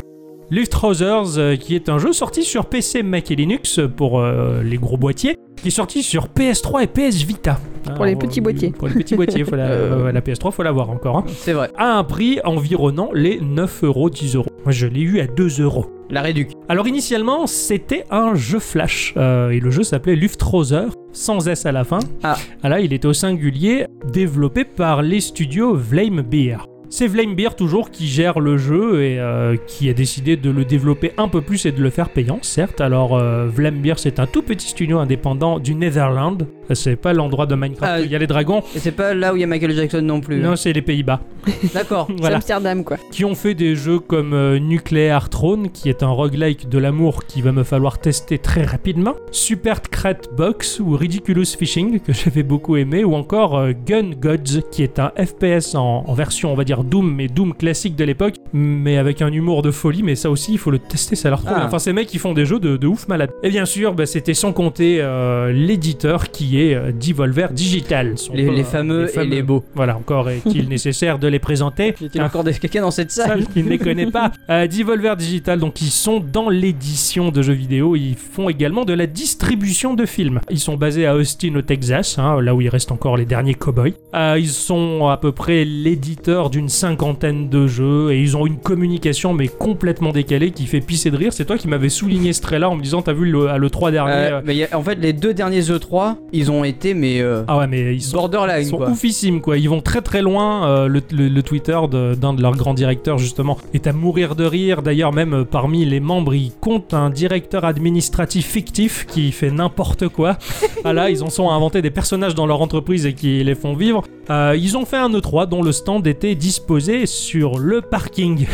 Speaker 1: Luftrausers, euh, qui est un jeu sorti sur PC, Mac et Linux euh, pour euh, les gros boîtiers, qui est sorti sur PS3 et PS Vita. Ah,
Speaker 2: Pour les petits boîtiers.
Speaker 1: Pour les petits boîtiers, faut la,
Speaker 3: Euh.
Speaker 1: ouais, la PS3, faut l'avoir encore. hein.
Speaker 3: C'est vrai.
Speaker 1: À un prix environnant les 9 euros, 10 euros. Moi, je l'ai eu à 2 euros.
Speaker 3: La réduc.
Speaker 1: Alors initialement, c'était un jeu flash euh, et le jeu s'appelait Luftroser sans S à la fin.
Speaker 3: Ah.
Speaker 1: là, il était au singulier, développé par les studios Flame Beer. C'est Flame Beer toujours qui gère le jeu et euh, qui a décidé de le développer un peu plus et de le faire payant, certes. Alors euh, Flame Beer, c'est un tout petit studio indépendant du Netherland. C'est pas l'endroit de Minecraft
Speaker 3: Ah,
Speaker 1: où il y a les dragons.
Speaker 3: Et c'est pas là où il y a Michael Jackson non plus. hein.
Speaker 1: Non, c'est les Pays-Bas.
Speaker 3: D'accord.
Speaker 1: Voilà.
Speaker 2: C'est Amsterdam, quoi.
Speaker 1: qui ont fait des jeux comme euh, Nuclear Throne, qui est un roguelike de l'amour qui va me falloir tester très rapidement, Super Crate Box ou Ridiculous Fishing, que j'avais beaucoup aimé, ou encore euh, Gun Gods, qui est un FPS en, en version, on va dire, Doom, mais Doom classique de l'époque, mais avec un humour de folie, mais ça aussi, il faut le tester, ça leur trouve.
Speaker 3: Ah.
Speaker 1: Enfin, ces mecs, ils font des jeux de, de ouf malade. Et bien sûr, bah, c'était sans compter euh, l'éditeur qui est euh, Devolver Digital. Ils sont
Speaker 3: Les-
Speaker 1: pas-
Speaker 3: les fameux et les beaux.
Speaker 1: Voilà, encore est-il nécessaire de les présenter.
Speaker 3: Il y a encore des quelqu'un dans cette salle.
Speaker 1: Sale qui ne les connaît pas. Euh, Devolver Digital, donc ils sont dans l'édition de jeux vidéo, ils font également de la distribution de films. Ils sont basés à Austin au Texas, hein, là où il reste encore les derniers cowboys. Euh, ils sont à peu près l'éditeur d'une cinquantaine de jeux et ils ont une communication mais complètement décalée qui fait pisser de rire. C'est toi qui m'avais souligné ce trait-là en me disant t'as vu le, à le 3 dernier.
Speaker 3: Euh,
Speaker 1: euh,
Speaker 3: mais il y a- en fait, les deux derniers E3, ils ont été, mais euh,
Speaker 1: Ah ouais mais ils sont
Speaker 3: borderline
Speaker 1: Ils sont
Speaker 3: quoi.
Speaker 1: oufissimes quoi, ils vont très très loin. euh, le, le- le Twitter de- d'un de, leurs grands directeurs justement est à mourir de rire. D'ailleurs même euh, parmi les membres, ils comptent un directeur administratif fictif qui fait n'importe quoi. voilà, ils en sont à inventer des personnages dans leur entreprise et qui les font vivre. Euh, ils ont fait un E3 dont le stand était disposé sur le parking.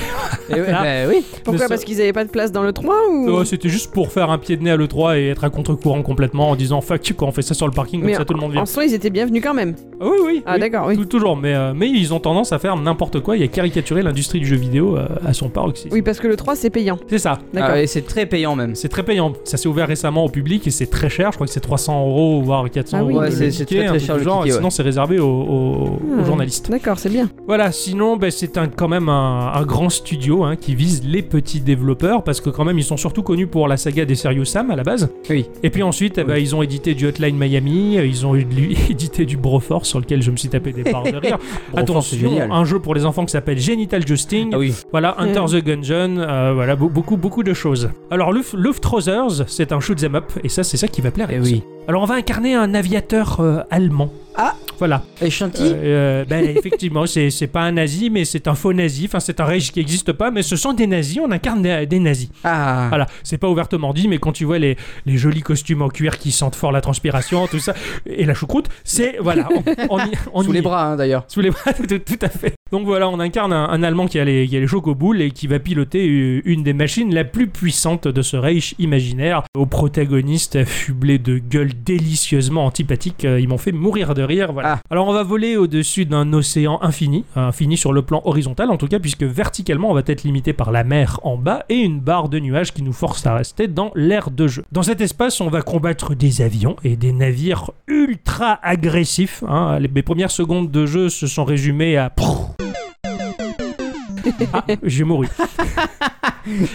Speaker 3: Et ouais,
Speaker 1: Ah.
Speaker 3: bah oui.
Speaker 1: Mais
Speaker 2: Pourquoi
Speaker 1: ça-
Speaker 2: Parce qu'ils avaient pas de place dans le 3 ou
Speaker 1: Euh, C'était juste pour faire un pied de nez à l'E3 et être à contre-courant complètement en disant fuck you quand on fait ça sur le parking comme
Speaker 2: Mais
Speaker 1: ça tout le monde vient.
Speaker 2: En soi, ils étaient bienvenus quand même.
Speaker 1: Ah oui, oui,
Speaker 2: Ah,
Speaker 1: oui.
Speaker 2: d'accord, oui.
Speaker 1: Tou- Toujours, mais, euh, mais ils ont tendance à faire n'importe quoi et à caricaturer l'industrie du jeu vidéo euh, à son paroxysme.
Speaker 2: Oui, parce que le 3, c'est payant.
Speaker 1: C'est ça.
Speaker 2: D'accord.
Speaker 3: Ah, et c'est très payant même.
Speaker 1: C'est très payant. Ça s'est ouvert récemment au public et c'est très cher. Je crois que c'est 300 euros voire 400
Speaker 2: Ah oui.
Speaker 1: euros.
Speaker 2: Ouais,
Speaker 1: le
Speaker 3: c'est- c'est
Speaker 1: ticket,
Speaker 3: très, très
Speaker 1: un truc
Speaker 3: cher
Speaker 1: du
Speaker 3: le
Speaker 1: genre,
Speaker 3: ticket,
Speaker 1: et
Speaker 3: ouais.
Speaker 1: Sinon, c'est réservé aux, aux- aux
Speaker 2: Ah,
Speaker 1: journalistes.
Speaker 2: D'accord, c'est bien.
Speaker 1: Voilà. Sinon, ben, c'est un, quand même un, un grand studio hein, qui vise les petits développeurs parce que quand même, ils sont surtout connus pour la saga des Serious Sam à la base.
Speaker 3: Oui.
Speaker 1: Et puis ensuite, eh ben, ils ont édité du Hotline Miami, euh, ils ont édu- édité du Broforce sur lequel je me suis tapé des barres de rire.
Speaker 3: c'est
Speaker 1: Attention,
Speaker 3: génial.
Speaker 1: un jeu pour les enfants qui s'appelle Genital Justing.
Speaker 3: Ah oui.
Speaker 1: Voilà, Enter the Gungeon, euh, voilà, be- beaucoup, beaucoup de choses. Alors, Luf- Luftrausers, c'est un shoot 'em up, et ça, c'est ça qui va plaire.
Speaker 3: Et Eh oui.
Speaker 1: Alors, on va incarner un aviateur euh, allemand.
Speaker 3: Ah.
Speaker 1: Voilà.
Speaker 3: Et Chanty.
Speaker 1: Euh, euh, ben, effectivement, c'est c'est pas un nazi, mais c'est un faux nazi. Enfin, c'est un rage qui n'existe pas, mais ce sont des nazis, on incarne des- des nazis.
Speaker 3: Ah.
Speaker 1: Voilà, c'est pas ouvertement dit, mais quand tu vois les, les jolis costumes en cuir qui sentent fort la transpiration, tout ça, et la choucroute, c'est. Voilà, on, on y- on
Speaker 3: Sous
Speaker 1: y
Speaker 3: les
Speaker 1: est.
Speaker 3: bras hein, d'ailleurs.
Speaker 1: Sous les bras, tout, tout à fait. Donc voilà, on incarne un, un Allemand qui a les, qui a les chocoboules et qui va piloter euh, une des machines la plus puissante de ce Reich imaginaire. Au protagoniste affublé de gueules délicieusement antipathiques, euh, ils m'ont fait mourir de rire. Voilà. Alors on va voler au-dessus d'un océan infini, infini sur le plan horizontal en tout cas, puisque verticalement on va être limité par la mer en bas et une barre de nuages qui nous force à rester dans l'air de jeu. Dans cet espace, on va combattre des avions et des navires ultra agressifs. hein. Les- Mes premières secondes de jeu se sont résumées à. Ah, j'ai mouru.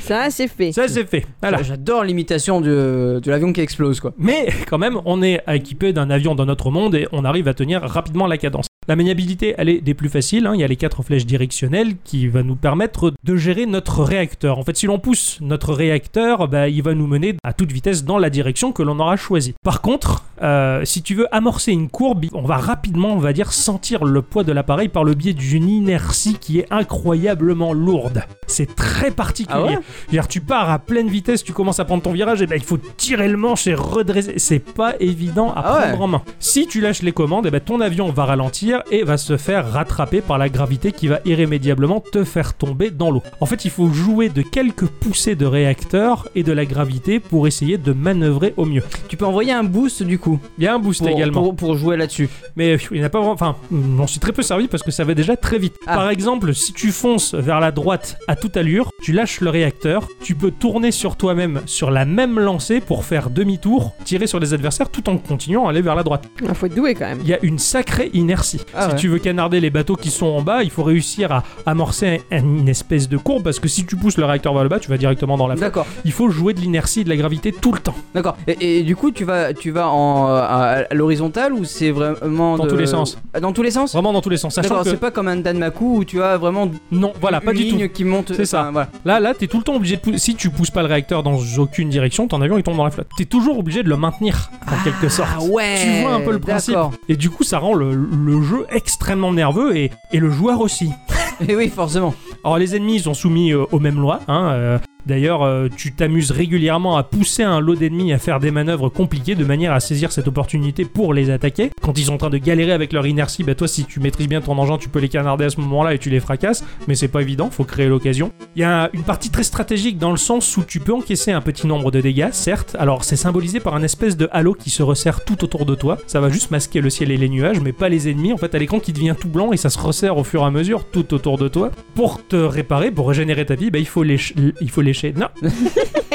Speaker 2: Ça, c'est fait.
Speaker 1: Ça, c'est fait. Voilà.
Speaker 3: Ah, J'adore l'imitation de, de l'avion qui explose quoi.
Speaker 1: Mais quand même, on est équipé d'un avion dans notre monde et on arrive à tenir rapidement la cadence. La maniabilité, elle est des plus faciles. hein. Il y a les quatre flèches directionnelles qui va nous permettre de gérer notre réacteur. En fait, si l'on pousse notre réacteur, bah, il va nous mener à toute vitesse dans la direction que l'on aura choisie. Par contre, euh, si tu veux amorcer une courbe, on va rapidement, on va dire, sentir le poids de l'appareil par le biais d'une inertie qui est incroyablement lourde. C'est très particulier.
Speaker 3: Ah ouais
Speaker 1: C'est-à-dire, tu pars à pleine vitesse, tu commences à prendre ton virage, et ben il faut tirer le manche et redresser. C'est pas évident à
Speaker 3: Ah ouais.
Speaker 1: prendre en main. Si tu lâches les commandes, et ben ton avion va ralentir et va se faire rattraper par la gravité qui va irrémédiablement te faire tomber dans l'eau. En fait, il faut jouer de quelques poussées de réacteur et de la gravité pour essayer de manœuvrer au mieux.
Speaker 3: Tu peux envoyer un boost du coup
Speaker 1: Il y a un boost
Speaker 3: pour,
Speaker 1: également.
Speaker 3: pour, pour jouer là-dessus.
Speaker 1: Mais pfiou, il n'a pas vraiment. Enfin, mm, on s'est très peu servi parce que ça va déjà très vite.
Speaker 3: Ah.
Speaker 1: Par exemple, si tu fonces vers la droite à toute allure, tu lâches le réacteur, tu peux tourner sur toi-même sur la même lancée pour faire demi-tour, tirer sur les adversaires tout en continuant à aller vers la droite.
Speaker 2: Ah, faut être doué quand même.
Speaker 1: Il y a une sacrée inertie.
Speaker 3: Ah
Speaker 1: si
Speaker 3: ouais.
Speaker 1: tu veux canarder les bateaux qui sont en bas, il faut réussir à amorcer un- une espèce de courbe parce que si tu pousses le réacteur vers le bas, tu vas directement dans la flotte.
Speaker 3: D'accord,
Speaker 1: Il faut jouer de l'inertie et de la gravité tout le temps,
Speaker 3: d'accord. Et, et du coup, tu vas, tu vas en, euh, à, à l'horizontale ou c'est vraiment
Speaker 1: Dans
Speaker 3: de-
Speaker 1: tous les sens.
Speaker 3: Ah, Dans tous les sens.
Speaker 1: vraiment dans tous les sens. Sachant
Speaker 3: D'accord,
Speaker 1: que
Speaker 3: c'est pas comme un Danmaku où tu as vraiment
Speaker 1: non, voilà, pas
Speaker 3: une
Speaker 1: du tout.
Speaker 3: ligne qui monte.
Speaker 1: C'est ça.
Speaker 3: enfin, voilà.
Speaker 1: Là, là, t'es tout le temps obligé de pousser. Si tu pousses pas le réacteur dans aucune direction, ton avion il tombe dans la flotte. T'es toujours obligé de le maintenir en quelque sorte.
Speaker 3: Ah ouais.
Speaker 1: Tu vois un peu le principe.
Speaker 3: D'accord.
Speaker 1: Et du coup, ça rend le, le jeu extrêmement nerveux et, et le joueur aussi.
Speaker 3: Et Eh oui, forcément.
Speaker 1: Alors, les ennemis, ils sont soumis euh, aux mêmes lois. hein, euh, D'ailleurs, euh, tu t'amuses régulièrement à pousser un lot d'ennemis à faire des manœuvres compliquées de manière à saisir cette opportunité pour les attaquer. Quand ils sont en train de galérer avec leur inertie, bah toi, si tu maîtrises bien ton engin, tu peux les canarder à ce moment-là et tu les fracasses. Mais c'est pas évident, faut créer l'occasion. Il y a une partie très stratégique dans le sens où tu peux encaisser un petit nombre de dégâts, certes. Alors, c'est symbolisé par un espèce de halo qui se resserre tout autour de toi. Ça va juste masquer le ciel et les nuages, mais pas les ennemis. En fait, à l'écran qui devient tout blanc et ça se resserre au fur et à mesure tout autour de toi. Pour te réparer, pour régénérer ta vie, bah, il faut lécher. Il faut lécher. Non,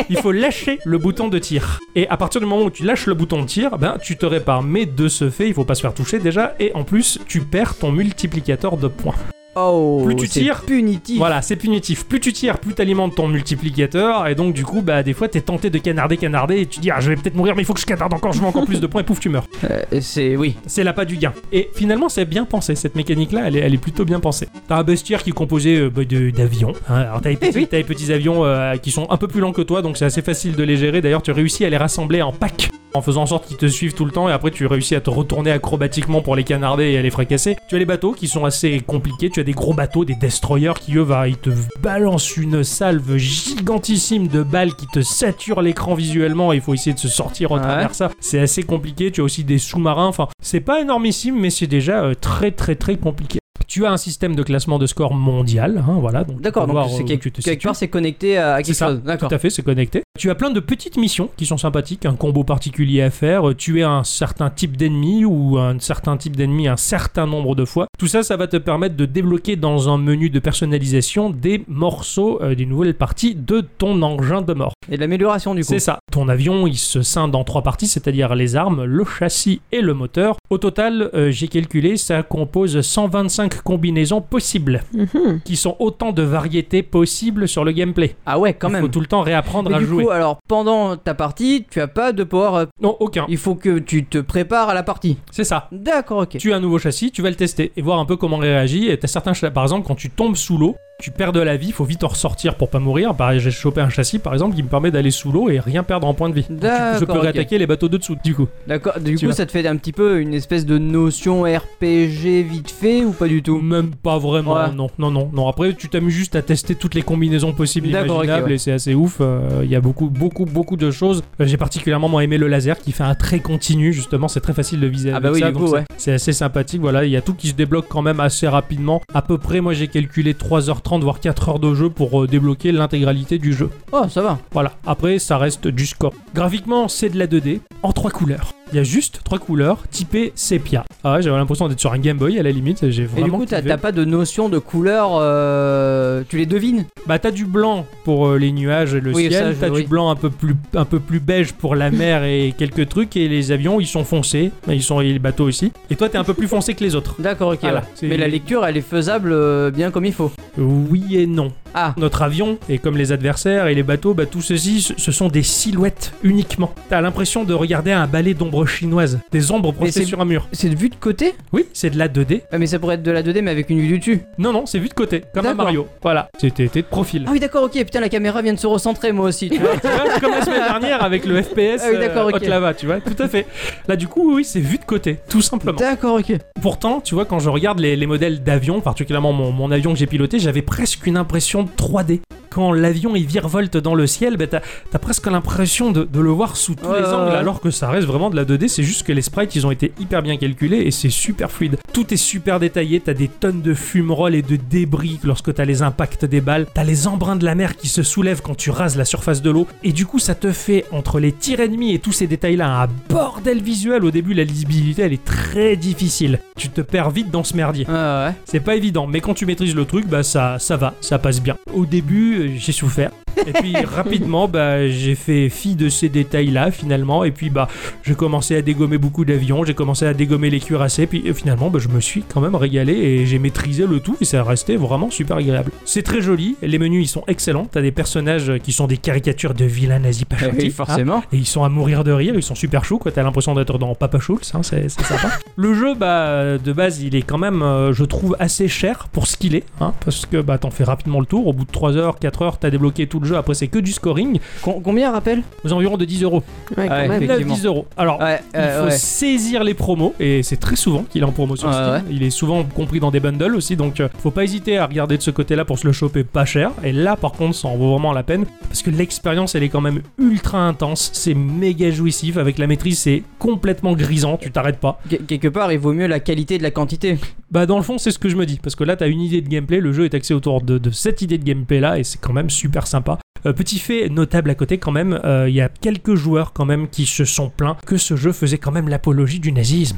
Speaker 1: il faut lâcher le bouton de tir. Et à partir du moment où tu lâches le bouton de tir, ben tu te répares. Mais de ce fait, il faut pas se faire toucher déjà. Et en plus, tu perds ton multiplicateur de points.
Speaker 3: Oh,
Speaker 1: Plus tu
Speaker 3: c'est
Speaker 1: tires,
Speaker 3: punitif.
Speaker 1: Voilà, c'est punitif. Plus tu tires, plus t'alimentes ton multiplicateur. Et donc, du coup, bah des fois, t'es tenté de canarder, canarder. Et tu dis, ah, je vais peut-être mourir, mais il faut que je canarde encore. Je veux encore plus de points. Et pouf, tu meurs.
Speaker 3: Euh, c'est oui.
Speaker 1: C'est l'appât du gain. Et finalement, c'est bien pensé. Cette mécanique-là, elle est, elle est plutôt bien pensée. T'as un bestiaire qui est composé euh, bah, de- d'avions. hein. Alors, t'as les, petits-
Speaker 3: Eh oui.
Speaker 1: t'as les petits avions euh, qui sont un peu plus lents que toi, donc c'est assez facile de les gérer. D'ailleurs, tu réussis à les rassembler en pack en faisant en sorte qu'ils te suivent tout le temps et après tu réussis à te retourner acrobatiquement pour les canarder et à les fracasser. Tu as les bateaux qui sont assez compliqués, tu as des gros bateaux, des destroyers qui eux va, ils te balancent une salve gigantissime de balles qui te saturent l'écran visuellement et il faut essayer de se sortir au
Speaker 3: Ouais.
Speaker 1: travers ça. C'est assez compliqué, tu as aussi des sous-marins, enfin c'est pas énormissime mais c'est déjà euh, très très très compliqué. Tu as un système de classement de score mondial, hein, voilà. donc tu
Speaker 3: D'accord,
Speaker 1: peux
Speaker 3: donc
Speaker 1: voir
Speaker 3: c'est
Speaker 1: où
Speaker 3: quelque,
Speaker 1: tu te
Speaker 3: quelque
Speaker 1: situes.
Speaker 3: part c'est connecté à, à quelque
Speaker 1: C'est ça,
Speaker 3: chose. D'accord.
Speaker 1: Tout à fait, c'est connecté. Tu as plein de petites missions qui sont sympathiques, un combo particulier à faire, euh, tuer un certain type d'ennemi ou un certain type d'ennemi un certain nombre de fois. Tout ça, ça va te permettre de débloquer dans un menu de personnalisation des morceaux euh, des nouvelles parties de ton engin de mort.
Speaker 3: Et de l'amélioration du coup.
Speaker 1: C'est ça. Ton avion, il se scinde en trois parties, c'est-à-dire les armes, le châssis et le moteur. Au total, euh, j'ai calculé, ça compose 125 combinaisons possibles,
Speaker 2: Mhm.
Speaker 1: qui sont autant de variétés possibles sur le gameplay.
Speaker 3: Ah ouais, quand
Speaker 1: il
Speaker 3: même.
Speaker 1: faut tout le temps réapprendre
Speaker 3: Mais
Speaker 1: à
Speaker 3: du
Speaker 1: jouer.
Speaker 3: coup, alors pendant ta partie, tu as pas de power up.
Speaker 1: Non, aucun.
Speaker 3: Il faut que tu te prépares à la partie.
Speaker 1: C'est ça.
Speaker 3: D'accord, ok.
Speaker 1: Tu as un nouveau châssis, tu vas le tester et voir un peu comment il réagit. Et t'as certains châssis, par exemple, quand tu tombes sous l'eau, tu perds de la vie, faut vite en ressortir pour pas mourir. Pareil, j'ai chopé un châssis, par exemple, qui me permet d'aller sous l'eau et rien perdre en point de vie. Donc, tu- je peux
Speaker 3: D'accord, ok.
Speaker 1: réattaquer les bateaux de dessous, du coup.
Speaker 3: D'accord. Du
Speaker 1: Tu
Speaker 3: coup,
Speaker 1: vas-
Speaker 3: ça te fait un petit peu une espèce de notion RPG vite fait ou pas du tout
Speaker 1: Même pas vraiment,
Speaker 3: Ouais.
Speaker 1: non, non, non, non. Après, tu t'amuses juste à tester toutes les combinaisons possibles,
Speaker 3: D'accord,
Speaker 1: imaginables,
Speaker 3: ok, ouais.
Speaker 1: et c'est assez ouf. Euh, Il y a beaucoup, beaucoup, beaucoup de choses. Euh, J'ai particulièrement moi, aimé le laser qui fait un trait continu, justement. C'est très facile de viser.
Speaker 3: Ah
Speaker 1: avec
Speaker 3: bah oui,
Speaker 1: ça,
Speaker 3: du
Speaker 1: donc
Speaker 3: coup,
Speaker 1: c'est-
Speaker 3: ouais.
Speaker 1: C'est assez sympathique, voilà, il y a tout qui se débloque quand même assez rapidement. À peu près, moi j'ai calculé 3h30 voire 4h de jeu pour euh, débloquer l'intégralité du jeu.
Speaker 3: Oh, ça va.
Speaker 1: Voilà, après ça reste du score. Graphiquement, c'est de la 2D en trois couleurs. Il y a juste trois couleurs typées sépia. Ah ouais, j'avais l'impression d'être sur un Game Boy à la limite, j'ai
Speaker 3: Et
Speaker 1: vraiment
Speaker 3: du coup, t'as
Speaker 1: kiffé.
Speaker 3: t'as pas de notion de couleur. euh, Tu les devines
Speaker 1: Bah t'as du blanc pour euh, les nuages et le
Speaker 3: Oui, ça,
Speaker 1: ciel,
Speaker 3: je-
Speaker 1: t'as
Speaker 3: oui.
Speaker 1: du blanc un peu plus un peu plus beige pour la mer et quelques trucs et les avions ils sont foncés, ils sont et les bateaux aussi. Et toi t'es un peu plus foncé que les autres.
Speaker 3: D'accord, ok.
Speaker 1: Voilà,
Speaker 3: ouais.
Speaker 1: c'est-
Speaker 3: Mais la lecture, elle est faisable euh, bien comme il faut.
Speaker 1: Oui et non.
Speaker 3: Ah.
Speaker 1: Notre avion et comme les adversaires et les bateaux, bah tout ceci ce ce sont des silhouettes uniquement. T'as l'impression de regarder un ballet d'ombres chinoises, des ombres projetées
Speaker 3: c'est-
Speaker 1: sur un mur.
Speaker 3: C'est de vue de côté
Speaker 1: Oui, c'est de la 2D.
Speaker 3: Ah, Mais ça pourrait être de la 2D, mais avec une vue du dessus.
Speaker 1: Non non, c'est vu de côté, comme un
Speaker 3: D'accord.
Speaker 1: Mario. Voilà. C'était t'es de profil.
Speaker 3: Ah oui, d'accord, ok, putain, la caméra vient de se recentrer, moi aussi, tu vois.
Speaker 1: Tu vois, comme la semaine dernière avec le FPS
Speaker 3: Ah oui, d'accord,
Speaker 1: euh,
Speaker 3: ok.
Speaker 1: Hot Lava, tu vois, tout à fait. Là, du coup, oui, c'est vu de côté, tout simplement.
Speaker 3: D'accord, ok.
Speaker 1: Pourtant, tu vois, quand je regarde les, les modèles d'avions, particulièrement mon, mon avion que j'ai piloté, j'avais presque une impression de 3D. Quand l'avion il virevolte dans le ciel, bah, t'as t'as presque l'impression de, de le voir sous tous
Speaker 3: Ouais,
Speaker 1: les
Speaker 3: ouais,
Speaker 1: angles,
Speaker 3: ouais.
Speaker 1: alors que ça reste vraiment de la 2D. C'est juste que les sprites ils ont été hyper bien calculés et c'est super fluide. Tout est super détaillé, t'as des tonnes de fumerolles et de débris lorsque t'as les impacts des balles, t'as les embruns de la mer qui se soulèvent quand tu rases la surface de l'eau, et du coup ça te fait entre les tirs ennemis et tous ces détails là un bordel visuel. Au début, la lisibilité elle est très difficile. Tu te perds vite dans ce merdier.
Speaker 3: Ah ouais.
Speaker 1: C'est pas évident, mais quand tu maîtrises le truc, bah ça, ça va, ça passe bien. Au début, euh, j'ai souffert. Et puis rapidement, bah, j'ai fait fi de ces détails-là finalement. Et puis bah, j'ai commencé à dégommer beaucoup d'avions, j'ai commencé à dégommer les cuirassés. Puis euh, finalement, bah, je me suis quand même régalé et j'ai maîtrisé le tout. Et ça a resté vraiment super agréable. C'est très joli. Les menus, ils sont excellents. T'as des personnages qui sont des caricatures de vilains nazis pas
Speaker 3: Eh
Speaker 1: gentils,
Speaker 3: oui,
Speaker 1: hein.
Speaker 3: forcément.
Speaker 1: Et ils sont à mourir de rire, ils sont super chauds, quoi. T'as l'impression d'être dans Papa Schultz, hein, c'est c'est sympa. le jeu, bah, de base, il est quand même, euh, je trouve, assez cher pour ce qu'il est, hein, parce que bah, t'en fais rapidement le tour. Au bout de 3 heures, 4 heures, t'as débloqué tout le jeu. Après, c'est que du scoring
Speaker 3: Com- combien rappelle
Speaker 1: aux environs de 10 euros.
Speaker 2: Ouais,
Speaker 3: Ah ouais,
Speaker 2: quand même.
Speaker 3: effectivement.
Speaker 1: 9, 10 euros. Alors.
Speaker 3: Ouais,
Speaker 1: il
Speaker 3: euh,
Speaker 1: faut
Speaker 3: ouais.
Speaker 1: saisir les promos et c'est très souvent qu'il est en promo sur
Speaker 3: Ouais,
Speaker 1: Steam.
Speaker 3: ouais.
Speaker 1: Il est souvent compris dans des bundles aussi, donc euh, faut pas hésiter à regarder de ce côté-là pour se le choper pas cher. Et là, par contre, ça en vaut vraiment la peine parce que l'expérience, elle est quand même ultra intense. C'est méga jouissif avec la maîtrise, c'est complètement grisant. Tu t'arrêtes pas.
Speaker 3: Quel- Quelque part, il vaut mieux la qualité de la quantité.
Speaker 1: Bah dans le fond c'est ce que je me dis, parce que là t'as une idée de gameplay, le jeu est axé autour de, de cette idée de gameplay là, et c'est quand même super sympa. Euh, petit fait notable à côté quand même, euh, il y a quelques joueurs quand même qui se sont plaints que ce jeu faisait quand même l'apologie du nazisme.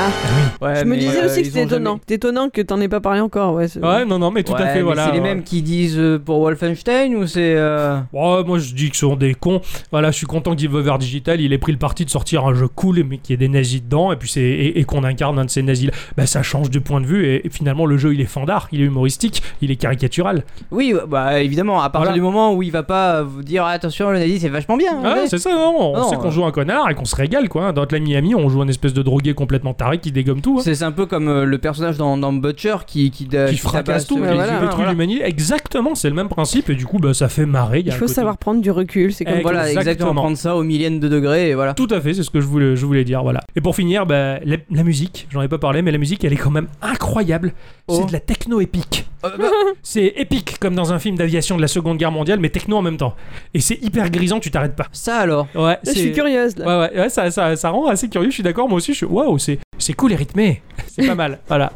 Speaker 2: Ah.
Speaker 1: oui.
Speaker 3: Ouais,
Speaker 2: Je me
Speaker 3: mais,
Speaker 2: disais
Speaker 3: euh,
Speaker 2: aussi
Speaker 3: ils
Speaker 2: que c'était
Speaker 3: ont jamais-
Speaker 2: étonnant. C'est étonnant que t'en aies pas parlé encore. Ouais, c'est-
Speaker 1: Ouais, non, non, mais tout
Speaker 3: Ouais,
Speaker 1: à fait,
Speaker 3: mais
Speaker 1: voilà.
Speaker 3: C'est les
Speaker 1: ouais.
Speaker 3: mêmes qui disent euh, pour Wolfenstein ou c'est. euh,
Speaker 1: Oh, moi je dis que ce sont des cons. Voilà, je suis content que Devolver Digital il ait pris le parti de sortir un jeu cool mais qui ait des nazis dedans et puis c'est et, et qu'on incarne un de ces nazis. Bah ça change de point de vue et, et finalement le jeu il est fandard, il est humoristique, il est caricatural.
Speaker 3: Oui, bah évidemment, à partir
Speaker 1: Voilà.
Speaker 3: du moment où il va pas vous dire Ah, attention, le nazi c'est vachement bien. hein.
Speaker 1: Ah,
Speaker 3: regardez.
Speaker 1: c'est ça, non, on
Speaker 3: Non,
Speaker 1: sait qu'on
Speaker 3: euh.
Speaker 1: joue un connard et qu'on se régale quoi. hein. Dans la Miami, on joue un espèce de drogué complètement taré qui dégomme tout. hein.
Speaker 3: C'est c'est un peu comme euh, le personnage dans, dans Butcher qui qui, da-
Speaker 1: Qui
Speaker 3: qui tabasse,
Speaker 1: fracasse tout,
Speaker 3: euh,
Speaker 1: qui
Speaker 3: les
Speaker 2: voilà,
Speaker 1: détruit
Speaker 3: humains, voilà.
Speaker 1: l'humanité. Exactement, c'est le même principe et du coup, bah, ça fait marrer. y a
Speaker 2: Il
Speaker 1: un
Speaker 2: faut
Speaker 1: côté-
Speaker 2: savoir prendre du recul. C'est comme
Speaker 1: Eh,
Speaker 3: Voilà, exactement.
Speaker 1: Exactement.
Speaker 3: Prendre ça au millième de degré et voilà.
Speaker 1: Tout à fait, c'est ce que je voulais, je voulais dire. Voilà. Et pour finir, bah, la, la musique, j'en ai pas parlé, mais la musique, elle est quand même incroyable.
Speaker 3: Oh.
Speaker 1: C'est de la techno épique.
Speaker 3: Euh, bah,
Speaker 1: C'est épique comme dans un film d'aviation de la Seconde Guerre mondiale, mais techno en même temps. Et c'est hyper grisant, tu t'arrêtes pas.
Speaker 3: ça alors.
Speaker 1: Ouais,
Speaker 2: Je suis
Speaker 1: c'est-
Speaker 2: curieuse là.
Speaker 1: Ouais, ouais, ouais, ça, ça, ça rend assez curieux, je suis d'accord, moi aussi, je suis... Waouh, c'est, c'est cool et rythmé, c'est pas mal, voilà.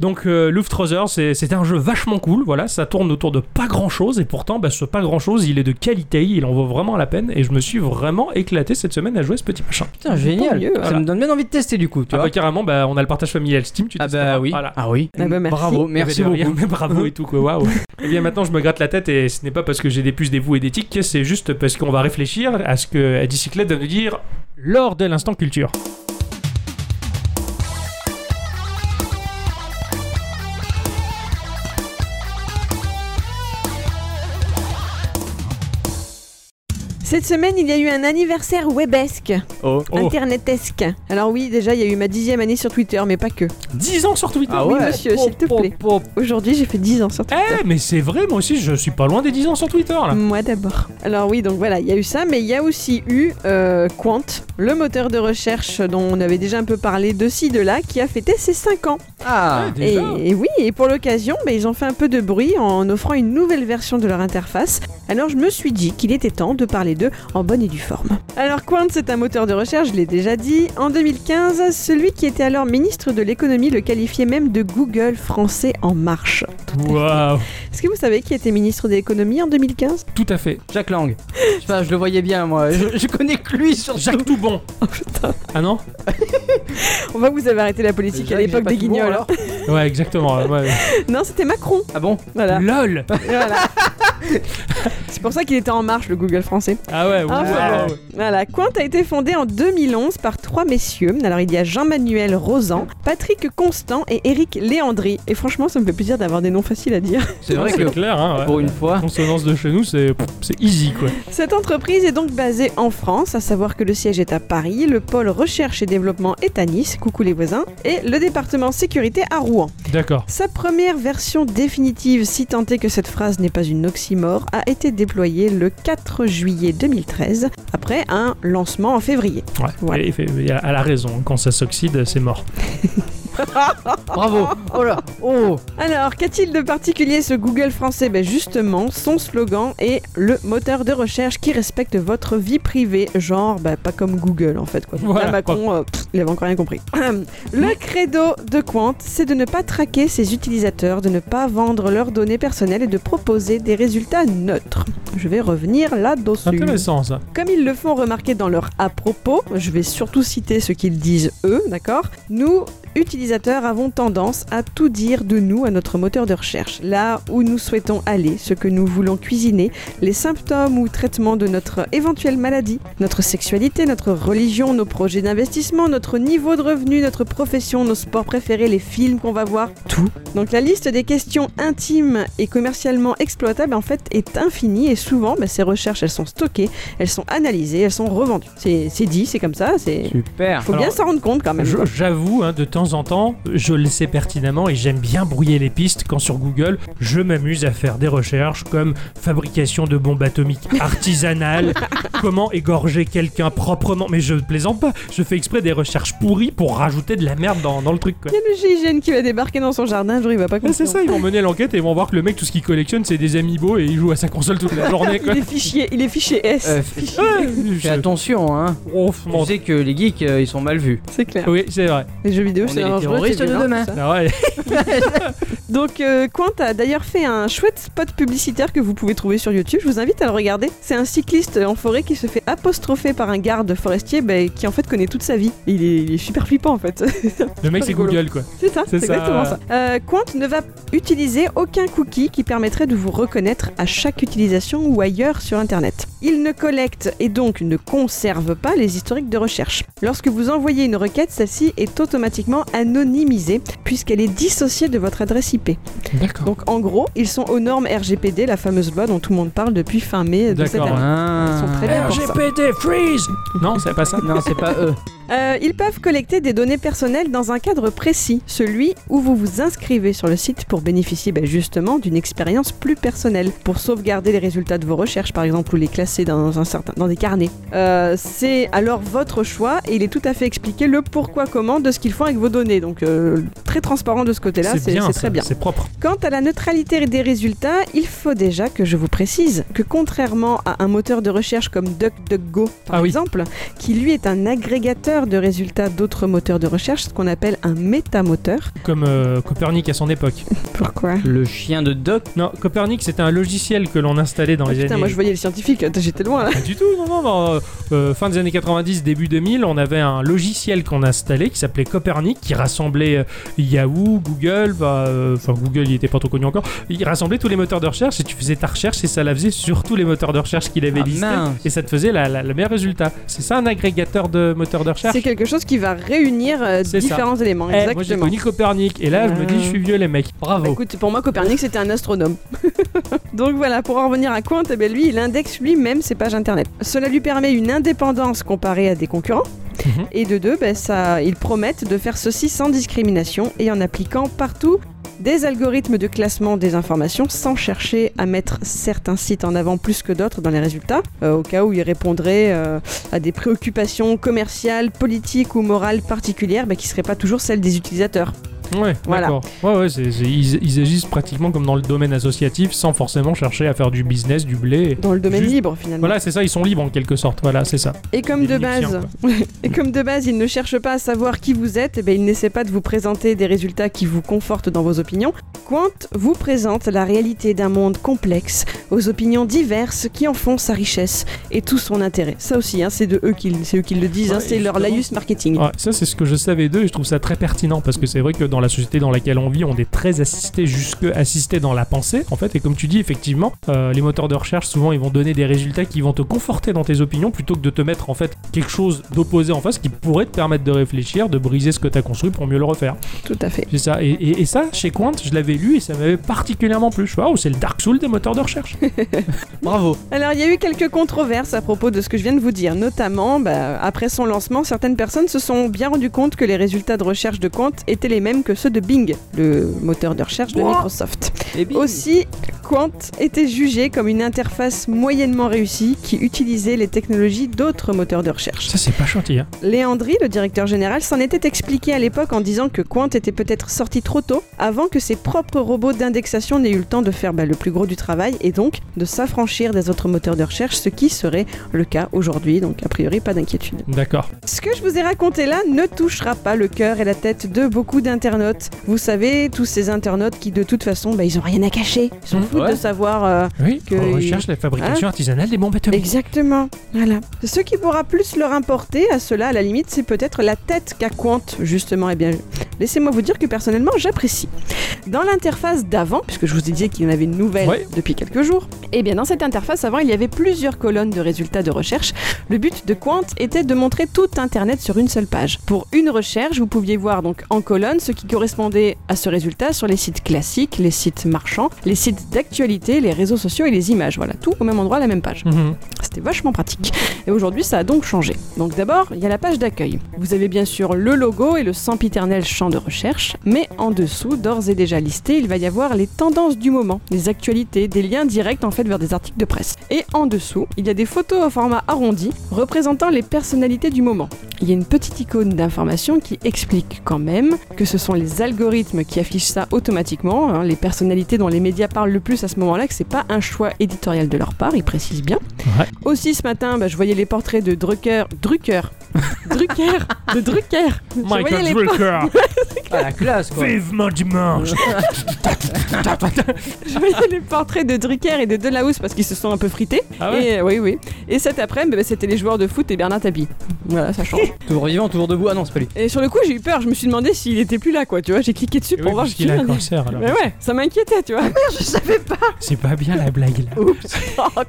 Speaker 1: Donc euh, Luftrother, c'est, c'est un jeu vachement cool, voilà, ça tourne autour de pas grand-chose, et pourtant, bah, ce pas grand-chose, il est de qualité, il en vaut vraiment la peine, et je me suis vraiment éclaté cette semaine à jouer à ce petit machin.
Speaker 3: Putain, génial.
Speaker 2: Tant mieux,
Speaker 3: ça
Speaker 1: voilà.
Speaker 3: me donne bien envie de tester du coup, tu
Speaker 1: Ah bah,
Speaker 3: vois.
Speaker 1: carrément, bah, on a le partage familial Steam, tu
Speaker 3: Ah
Speaker 1: testeras,
Speaker 3: bah oui.
Speaker 1: voilà.
Speaker 3: Ah oui.
Speaker 2: Ah bah, merci.
Speaker 3: Bravo,
Speaker 1: Eh ben,
Speaker 3: merci
Speaker 1: de rien,
Speaker 3: beaucoup.
Speaker 1: mais bravo et tout quoi, waouh. et bien maintenant je me gratte la tête et ce n'est pas parce que j'ai des puces, des vous et des tics, c'est juste parce qu'on va réfléchir à ce que Adicyclette doit nous dire lors de l'instant culture.
Speaker 2: Cette semaine, il y a eu un anniversaire webesque,
Speaker 3: Oh.
Speaker 1: Oh,
Speaker 2: internetesque. Alors oui, déjà, il y a eu ma dixième année sur Twitter, mais pas que.
Speaker 1: 10 ans sur Twitter
Speaker 3: Ah
Speaker 2: Oui,
Speaker 3: ouais.
Speaker 2: monsieur, s'il te plaît. Aujourd'hui, j'ai fait 10 ans sur
Speaker 1: Eh
Speaker 2: Twitter.
Speaker 1: mais c'est vrai, moi aussi je suis pas loin des 10 ans sur Twitter là.
Speaker 2: Moi d'abord. Alors oui, donc voilà, il y a eu ça, mais il y a aussi eu euh, Quant, le moteur de recherche dont on avait déjà un peu parlé de ci, de là, qui a fêté ses 5 ans.
Speaker 3: Ah.
Speaker 1: Déjà
Speaker 2: Mm. Et, et oui, et pour l'occasion, bah, ils ont fait un peu de bruit en offrant une nouvelle version de leur interface. Alors je me suis dit qu'il était temps de parler d'eux en bonne et due forme. Alors Quant, c'est un moteur de recherche, je l'ai déjà dit. En 2015, celui qui était alors ministre de l'économie le qualifiait même de Google français en marche.
Speaker 1: Waouh,
Speaker 2: Est-ce que vous savez qui était ministre de l'économie en 2015
Speaker 1: euh, tout à fait.
Speaker 3: Jacques Lang. Je sais pas, je le voyais bien moi. Je, je connais que lui sur
Speaker 1: Jacques Toubon.
Speaker 2: Oh putain,
Speaker 1: Ah non
Speaker 2: on voit que vous avez arrêté la politique à
Speaker 3: Jacques,
Speaker 2: l'époque
Speaker 3: j'ai pas
Speaker 2: des
Speaker 3: tout bon,
Speaker 2: guignols. hein.
Speaker 3: alors.
Speaker 1: Ouais, exactement. ouais, ouais.
Speaker 2: Non, c'était Macron.
Speaker 3: Ah bon
Speaker 2: Voilà.
Speaker 1: LOL
Speaker 2: voilà. c'est pour ça qu'il était en marche le Google français.
Speaker 1: Ah ouais, ouais,
Speaker 2: Ah,
Speaker 1: ouais, ouais.
Speaker 2: Voilà, Quint a été fondé en 2011 par trois messieurs. Alors il y a Jean-Manuel Rosan, Patrick Constant et Éric Léandry. Et franchement, ça me fait plaisir d'avoir des noms faciles à dire.
Speaker 3: C'est vrai
Speaker 1: C'est
Speaker 3: que
Speaker 1: clair, hein, ouais.
Speaker 3: pour une fois.
Speaker 1: Consonance de chez nous, c'est c'est easy quoi.
Speaker 2: Cette entreprise est donc basée en France, à savoir que le siège est à Paris, le pôle recherche et développement est à Nice, coucou les voisins, et le département sécurité à Rouen.
Speaker 1: D'accord.
Speaker 2: Sa première version définitive, si tant est que cette phrase n'est pas une oxymore, a été déployée le 4 juillet 2013, après un lancement en février.
Speaker 1: Ouais,
Speaker 2: Voilà.
Speaker 1: et- et- et elle a raison, quand ça s'oxyde, c'est mort.
Speaker 3: Bravo. Oh là. Oh.
Speaker 2: Alors, qu'a-t-il de particulier ce Google français Ben justement, son slogan est le moteur de recherche qui respecte votre vie privée, genre bah, pas comme Google en fait quoi.
Speaker 1: Voilà,
Speaker 2: Là, Macron, euh, pff, il avait encore rien compris. le credo de Quant, c'est de ne pas traquer ses utilisateurs, de ne pas vendre leurs données personnelles et de proposer des résultats neutres. Je vais revenir là-dessus.
Speaker 1: Intéressant ça.
Speaker 2: Comme ils le font remarquer dans leur à propos, je vais surtout citer ce qu'ils disent eux, d'accord Nous, utilisateurs avons tendance à tout dire de nous à notre moteur de recherche, là où nous souhaitons aller, ce que nous voulons cuisiner, les symptômes ou traitements de notre éventuelle maladie, notre sexualité, notre religion, nos projets d'investissement, notre niveau de revenu, notre profession, nos sports préférés, les films qu'on va voir, tout. Donc la liste des questions intimes et commercialement exploitables en fait est infinie et souvent bah, ces recherches elles sont stockées, elles sont analysées, elles sont revendues. C'est c'est dit, c'est comme ça, c'est...
Speaker 3: Super.
Speaker 2: Faut bien
Speaker 1: Alors,
Speaker 2: s'en rendre compte quand même.
Speaker 1: Je- J'avoue, hein, de temps en temps, je le sais pertinemment et j'aime bien brouiller les pistes quand sur Google, je m'amuse à faire des recherches comme fabrication de bombes atomiques artisanales, comment égorger quelqu'un proprement. Mais je plaisante pas, je fais exprès des recherches pourries pour rajouter de la merde dans, dans le truc. Quoi.
Speaker 2: Il y a le GIGN qui va débarquer dans son jardin, genre il va pas hein.
Speaker 1: Ah,
Speaker 2: comprendre.
Speaker 1: c'est ça, ils vont mener l'enquête et ils vont voir que le mec, tout ce qu'il collectionne, c'est des amiibo et il joue à sa console toute la journée. Quoi.
Speaker 2: Il est fichier, il est fichier S,
Speaker 3: Euh, fais
Speaker 1: Ouais, je-
Speaker 3: fais attention, hein.
Speaker 1: Oh, mon-
Speaker 3: Tu sais que les geeks, euh, ils sont mal vus.
Speaker 2: c'est clair.
Speaker 1: Oui, c'est vrai.
Speaker 2: Les jeux vidéo,
Speaker 3: On est
Speaker 2: c'est
Speaker 3: les
Speaker 2: dangereux,
Speaker 3: terroristes
Speaker 2: c'est
Speaker 3: de
Speaker 2: violent,
Speaker 3: demain.
Speaker 2: tout ça.
Speaker 1: Ah ouais.
Speaker 2: Donc euh, Quint a d'ailleurs fait un chouette spot publicitaire que vous pouvez trouver sur YouTube. Je vous invite à le regarder. C'est un cycliste en forêt qui se fait apostropher par un garde forestier bah, qui en fait connaît toute sa vie. Il est, il est super flippant en fait.
Speaker 1: Le mec, c'est
Speaker 2: rigolo.
Speaker 1: Google, quoi.
Speaker 2: c'est ça,
Speaker 1: C'est
Speaker 2: c'est
Speaker 1: ça,
Speaker 2: exactement
Speaker 1: ouais.
Speaker 2: ça. Euh, Quint ne va utiliser aucun cookie qui permettrait de vous reconnaître à chaque utilisation ou ailleurs sur Internet. Il ne collecte et donc ne conserve pas les historiques de recherche. Lorsque vous envoyez une requête, celle-ci est automatiquement anonymisée puisqu'elle est dissociée de votre adresse IP.
Speaker 1: D'accord.
Speaker 2: Donc en gros, ils sont aux normes RGPD, la fameuse loi dont tout le monde parle depuis fin mai de cette
Speaker 1: D'accord.
Speaker 2: année.
Speaker 3: Ah.
Speaker 2: Ils sont très bien pour ça.
Speaker 1: GPT freeze Non, c'est pas ça.
Speaker 3: Non, c'est pas eux.
Speaker 2: Euh, ils peuvent collecter des données personnelles dans un cadre précis, celui où vous vous inscrivez sur le site pour bénéficier ben, justement d'une expérience plus personnelle, pour sauvegarder les résultats de vos recherches par exemple ou les classer dans, un certain, dans des carnets. Euh, c'est alors votre choix et il est tout à fait expliqué le pourquoi comment de ce qu'ils font avec vos données. Donc euh, très transparent de ce côté-là, c'est c'est
Speaker 1: ça,
Speaker 2: très bien.
Speaker 1: C'est propre.
Speaker 2: Quant à la neutralité des résultats, il faut déjà que je vous précise que contrairement à un moteur de recherche comme DuckDuckGo par
Speaker 1: Ah oui.
Speaker 2: exemple, qui lui est un agrégateur de résultats d'autres moteurs de recherche, ce qu'on appelle un métamoteur.
Speaker 1: Comme euh, Copernic à son époque.
Speaker 2: Pourquoi
Speaker 1: Oh,
Speaker 3: Le chien de Doc.
Speaker 1: Non, Copernic, c'était un logiciel que l'on installait dans les
Speaker 2: Ah, Putain,
Speaker 1: années.
Speaker 2: moi je voyais le scientifique, attends, j'étais loin là.
Speaker 1: Pas du tout, non, non, non, euh, euh, fin des années 90, début 2000, on avait un logiciel qu'on installait qui s'appelait Copernic, qui rassemblait euh, Yahoo, Google, bah, euh, enfin Google il était pas trop connu encore, il rassemblait tous les moteurs de recherche et tu faisais ta recherche et ça la faisait sur tous les moteurs de recherche qu'il avait
Speaker 3: Ah,
Speaker 1: listés
Speaker 3: mince.
Speaker 1: et ça te faisait la- la- le meilleur résultat. C'est ça un agrégateur de moteurs de recherche
Speaker 2: C'est quelque chose qui va réunir euh,
Speaker 1: C'est ça.
Speaker 2: différents éléments,
Speaker 1: Eh, Moi j'ai
Speaker 2: exactement.
Speaker 1: connu Copernic et là je me dis je suis vieux les mecs,
Speaker 2: Bah,
Speaker 1: bravo.
Speaker 2: écoute, pour moi, Copernic, c'était un astronome. Donc voilà, pour en revenir à Quant, eh ben, lui, il indexe lui-même ses pages internet. Cela lui permet une indépendance comparée à des concurrents.
Speaker 1: Mhm.
Speaker 2: Et de deux, ben, ça, ils promettent de faire ceci sans discrimination et en appliquant partout des algorithmes de classement des informations sans chercher à mettre certains sites en avant plus que d'autres dans les résultats, euh, au cas où ils répondraient euh, à des préoccupations commerciales, politiques ou morales particulières ben, qui ne seraient pas toujours celles des utilisateurs.
Speaker 1: Ouais,
Speaker 2: Voilà.
Speaker 1: d'accord. Ouais, ouais, c'est- c'est- ils, ils agissent pratiquement comme dans le domaine associatif sans forcément chercher à faire du business, du blé.
Speaker 2: Dans le domaine
Speaker 1: Juste-
Speaker 2: libre, finalement.
Speaker 1: Voilà, c'est ça, ils sont libres en quelque sorte. Voilà, c'est ça.
Speaker 2: Et comme
Speaker 1: Des
Speaker 2: de
Speaker 1: Linuxiens,
Speaker 2: base, et comme de base, il ne cherche pas à savoir qui vous êtes, et bien il n'essaie pas de vous présenter des résultats qui vous confortent dans vos opinions. Quant vous présente la réalité d'un monde complexe, aux opinions diverses qui en font sa richesse et tout son intérêt. Ça aussi, hein, c'est de eux qu'ils, c'est eux qui le disent, hein,
Speaker 1: Ouais,
Speaker 2: c'est leur
Speaker 1: justement.
Speaker 2: laïus marketing.
Speaker 1: Ouais, ça, c'est ce que je savais d'eux et je trouve ça très pertinent parce que c'est vrai que dans la société dans laquelle on vit, on est très assisté jusque assisté dans la pensée en fait. Et comme tu dis, effectivement, euh, les moteurs de recherche souvent ils vont donner des résultats qui vont te conforter dans tes opinions plutôt que de te mettre en fait quelque chose d'opposé en face qui pourrait te permettre de réfléchir, de briser ce que t'as construit pour mieux le refaire.
Speaker 2: Tout à fait.
Speaker 1: C'est ça. Et, et- et ça, chez Quant, je l'avais lu et ça m'avait particulièrement plu. Je fais, Waouh, c'est le Dark Soul des moteurs de recherche.
Speaker 3: Bravo.
Speaker 2: Alors, il y a eu quelques controverses à propos de ce que je viens de vous dire. Notamment, bah, après son lancement, certaines personnes se sont bien rendues compte que les résultats de recherche de Quant étaient les mêmes que ceux de Bing, le moteur de recherche de
Speaker 3: Ouah.
Speaker 2: Microsoft.
Speaker 3: Et bim.
Speaker 2: Aussi, Quant était jugé comme une interface moyennement réussie qui utilisait les technologies d'autres moteurs de recherche.
Speaker 1: Ça, c'est pas gentil. Hein.
Speaker 2: Léandri, le directeur général, s'en était expliqué à l'époque en disant que Quant était peut-être sorti trop tôt, avant que ses propres robots d'indexation n'aient eu le temps de faire bah, le plus gros du travail et donc de s'affranchir des autres moteurs de recherche, ce qui serait le cas aujourd'hui, donc a priori pas d'inquiétude.
Speaker 1: D'accord.
Speaker 2: Ce que je vous ai raconté là ne touchera pas le cœur et la tête de beaucoup d'internautes. Vous savez, tous ces internautes qui de toute façon, bah, ils ont rien à cacher. Ils s'en
Speaker 1: Mmh,
Speaker 2: foutent
Speaker 3: ouais.
Speaker 2: de savoir... euh,
Speaker 1: Oui,
Speaker 2: Que- Hein
Speaker 1: on recherche la fabrication artisanale des bombes atomiques.
Speaker 2: Exactement, voilà. Ce qui pourra plus leur importer à cela, à la limite, c'est peut-être la tête qu'a Quant, justement. Eh bien, Laissez-moi vous dire que personnellement, j'apprécie. Dans l'interface d'avant, puisque je vous disais qu'il y en avait une nouvelle
Speaker 1: Ouais.
Speaker 2: depuis quelques jours, et bien dans cette interface avant, il y avait plusieurs colonnes de résultats de recherche. Le but de Quant était de montrer tout Internet sur une seule page. Pour une recherche, vous pouviez voir donc en colonne ce qui correspondait à ce résultat sur les sites classiques, les sites marchands, les sites d'actualité, les réseaux sociaux et les images. Voilà, tout au même endroit, la même page.
Speaker 1: Mhm.
Speaker 2: C'était vachement pratique. Et aujourd'hui, ça a donc changé. Donc d'abord, il y a la page d'accueil. Vous avez bien sûr le logo et le sempiternel champ de recherche, mais en dessous, d'ores et déjà listé, il va y avoir les tendances du moment, les actualités, des liens directs en fait vers des articles de presse. Et en dessous, il y a des photos au format arrondi représentant les personnalités du moment. Il y a une petite icône d'information qui explique quand même que ce sont les algorithmes qui affichent ça automatiquement, hein, les personnalités dont les médias parlent le plus à ce moment-là, que c'est pas un choix éditorial de leur part, ils précisent bien. Aussi ce matin, bah, je voyais les portraits de Drucker. Drucker Drucker De Drucker Je voyais les
Speaker 1: Michael
Speaker 2: por-
Speaker 1: Drucker,
Speaker 3: Ah, la classe quoi.
Speaker 1: vivement dimanche.
Speaker 2: je voyais les portraits de Drucker et de Delahousse parce qu'ils se sont un peu frités.
Speaker 1: Ah ouais
Speaker 2: et, euh, oui, oui. Et cet après-midi, bah, c'était les joueurs de foot et Bernard Tapie. Voilà, ça change.
Speaker 3: Toujours vivant, toujours debout. Ah non, c'est pas lui.
Speaker 2: et sur le coup, j'ai eu peur. Je me suis demandé s'il était plus là, quoi. Tu vois, j'ai cliqué dessus
Speaker 1: Et
Speaker 2: pour
Speaker 1: oui,
Speaker 2: voir
Speaker 1: parce qu'il a
Speaker 2: qui
Speaker 1: un cancer alors.
Speaker 2: Mais ouais, ça m'inquiétait, tu vois.
Speaker 1: C'est pas bien la blague là.
Speaker 2: Oh,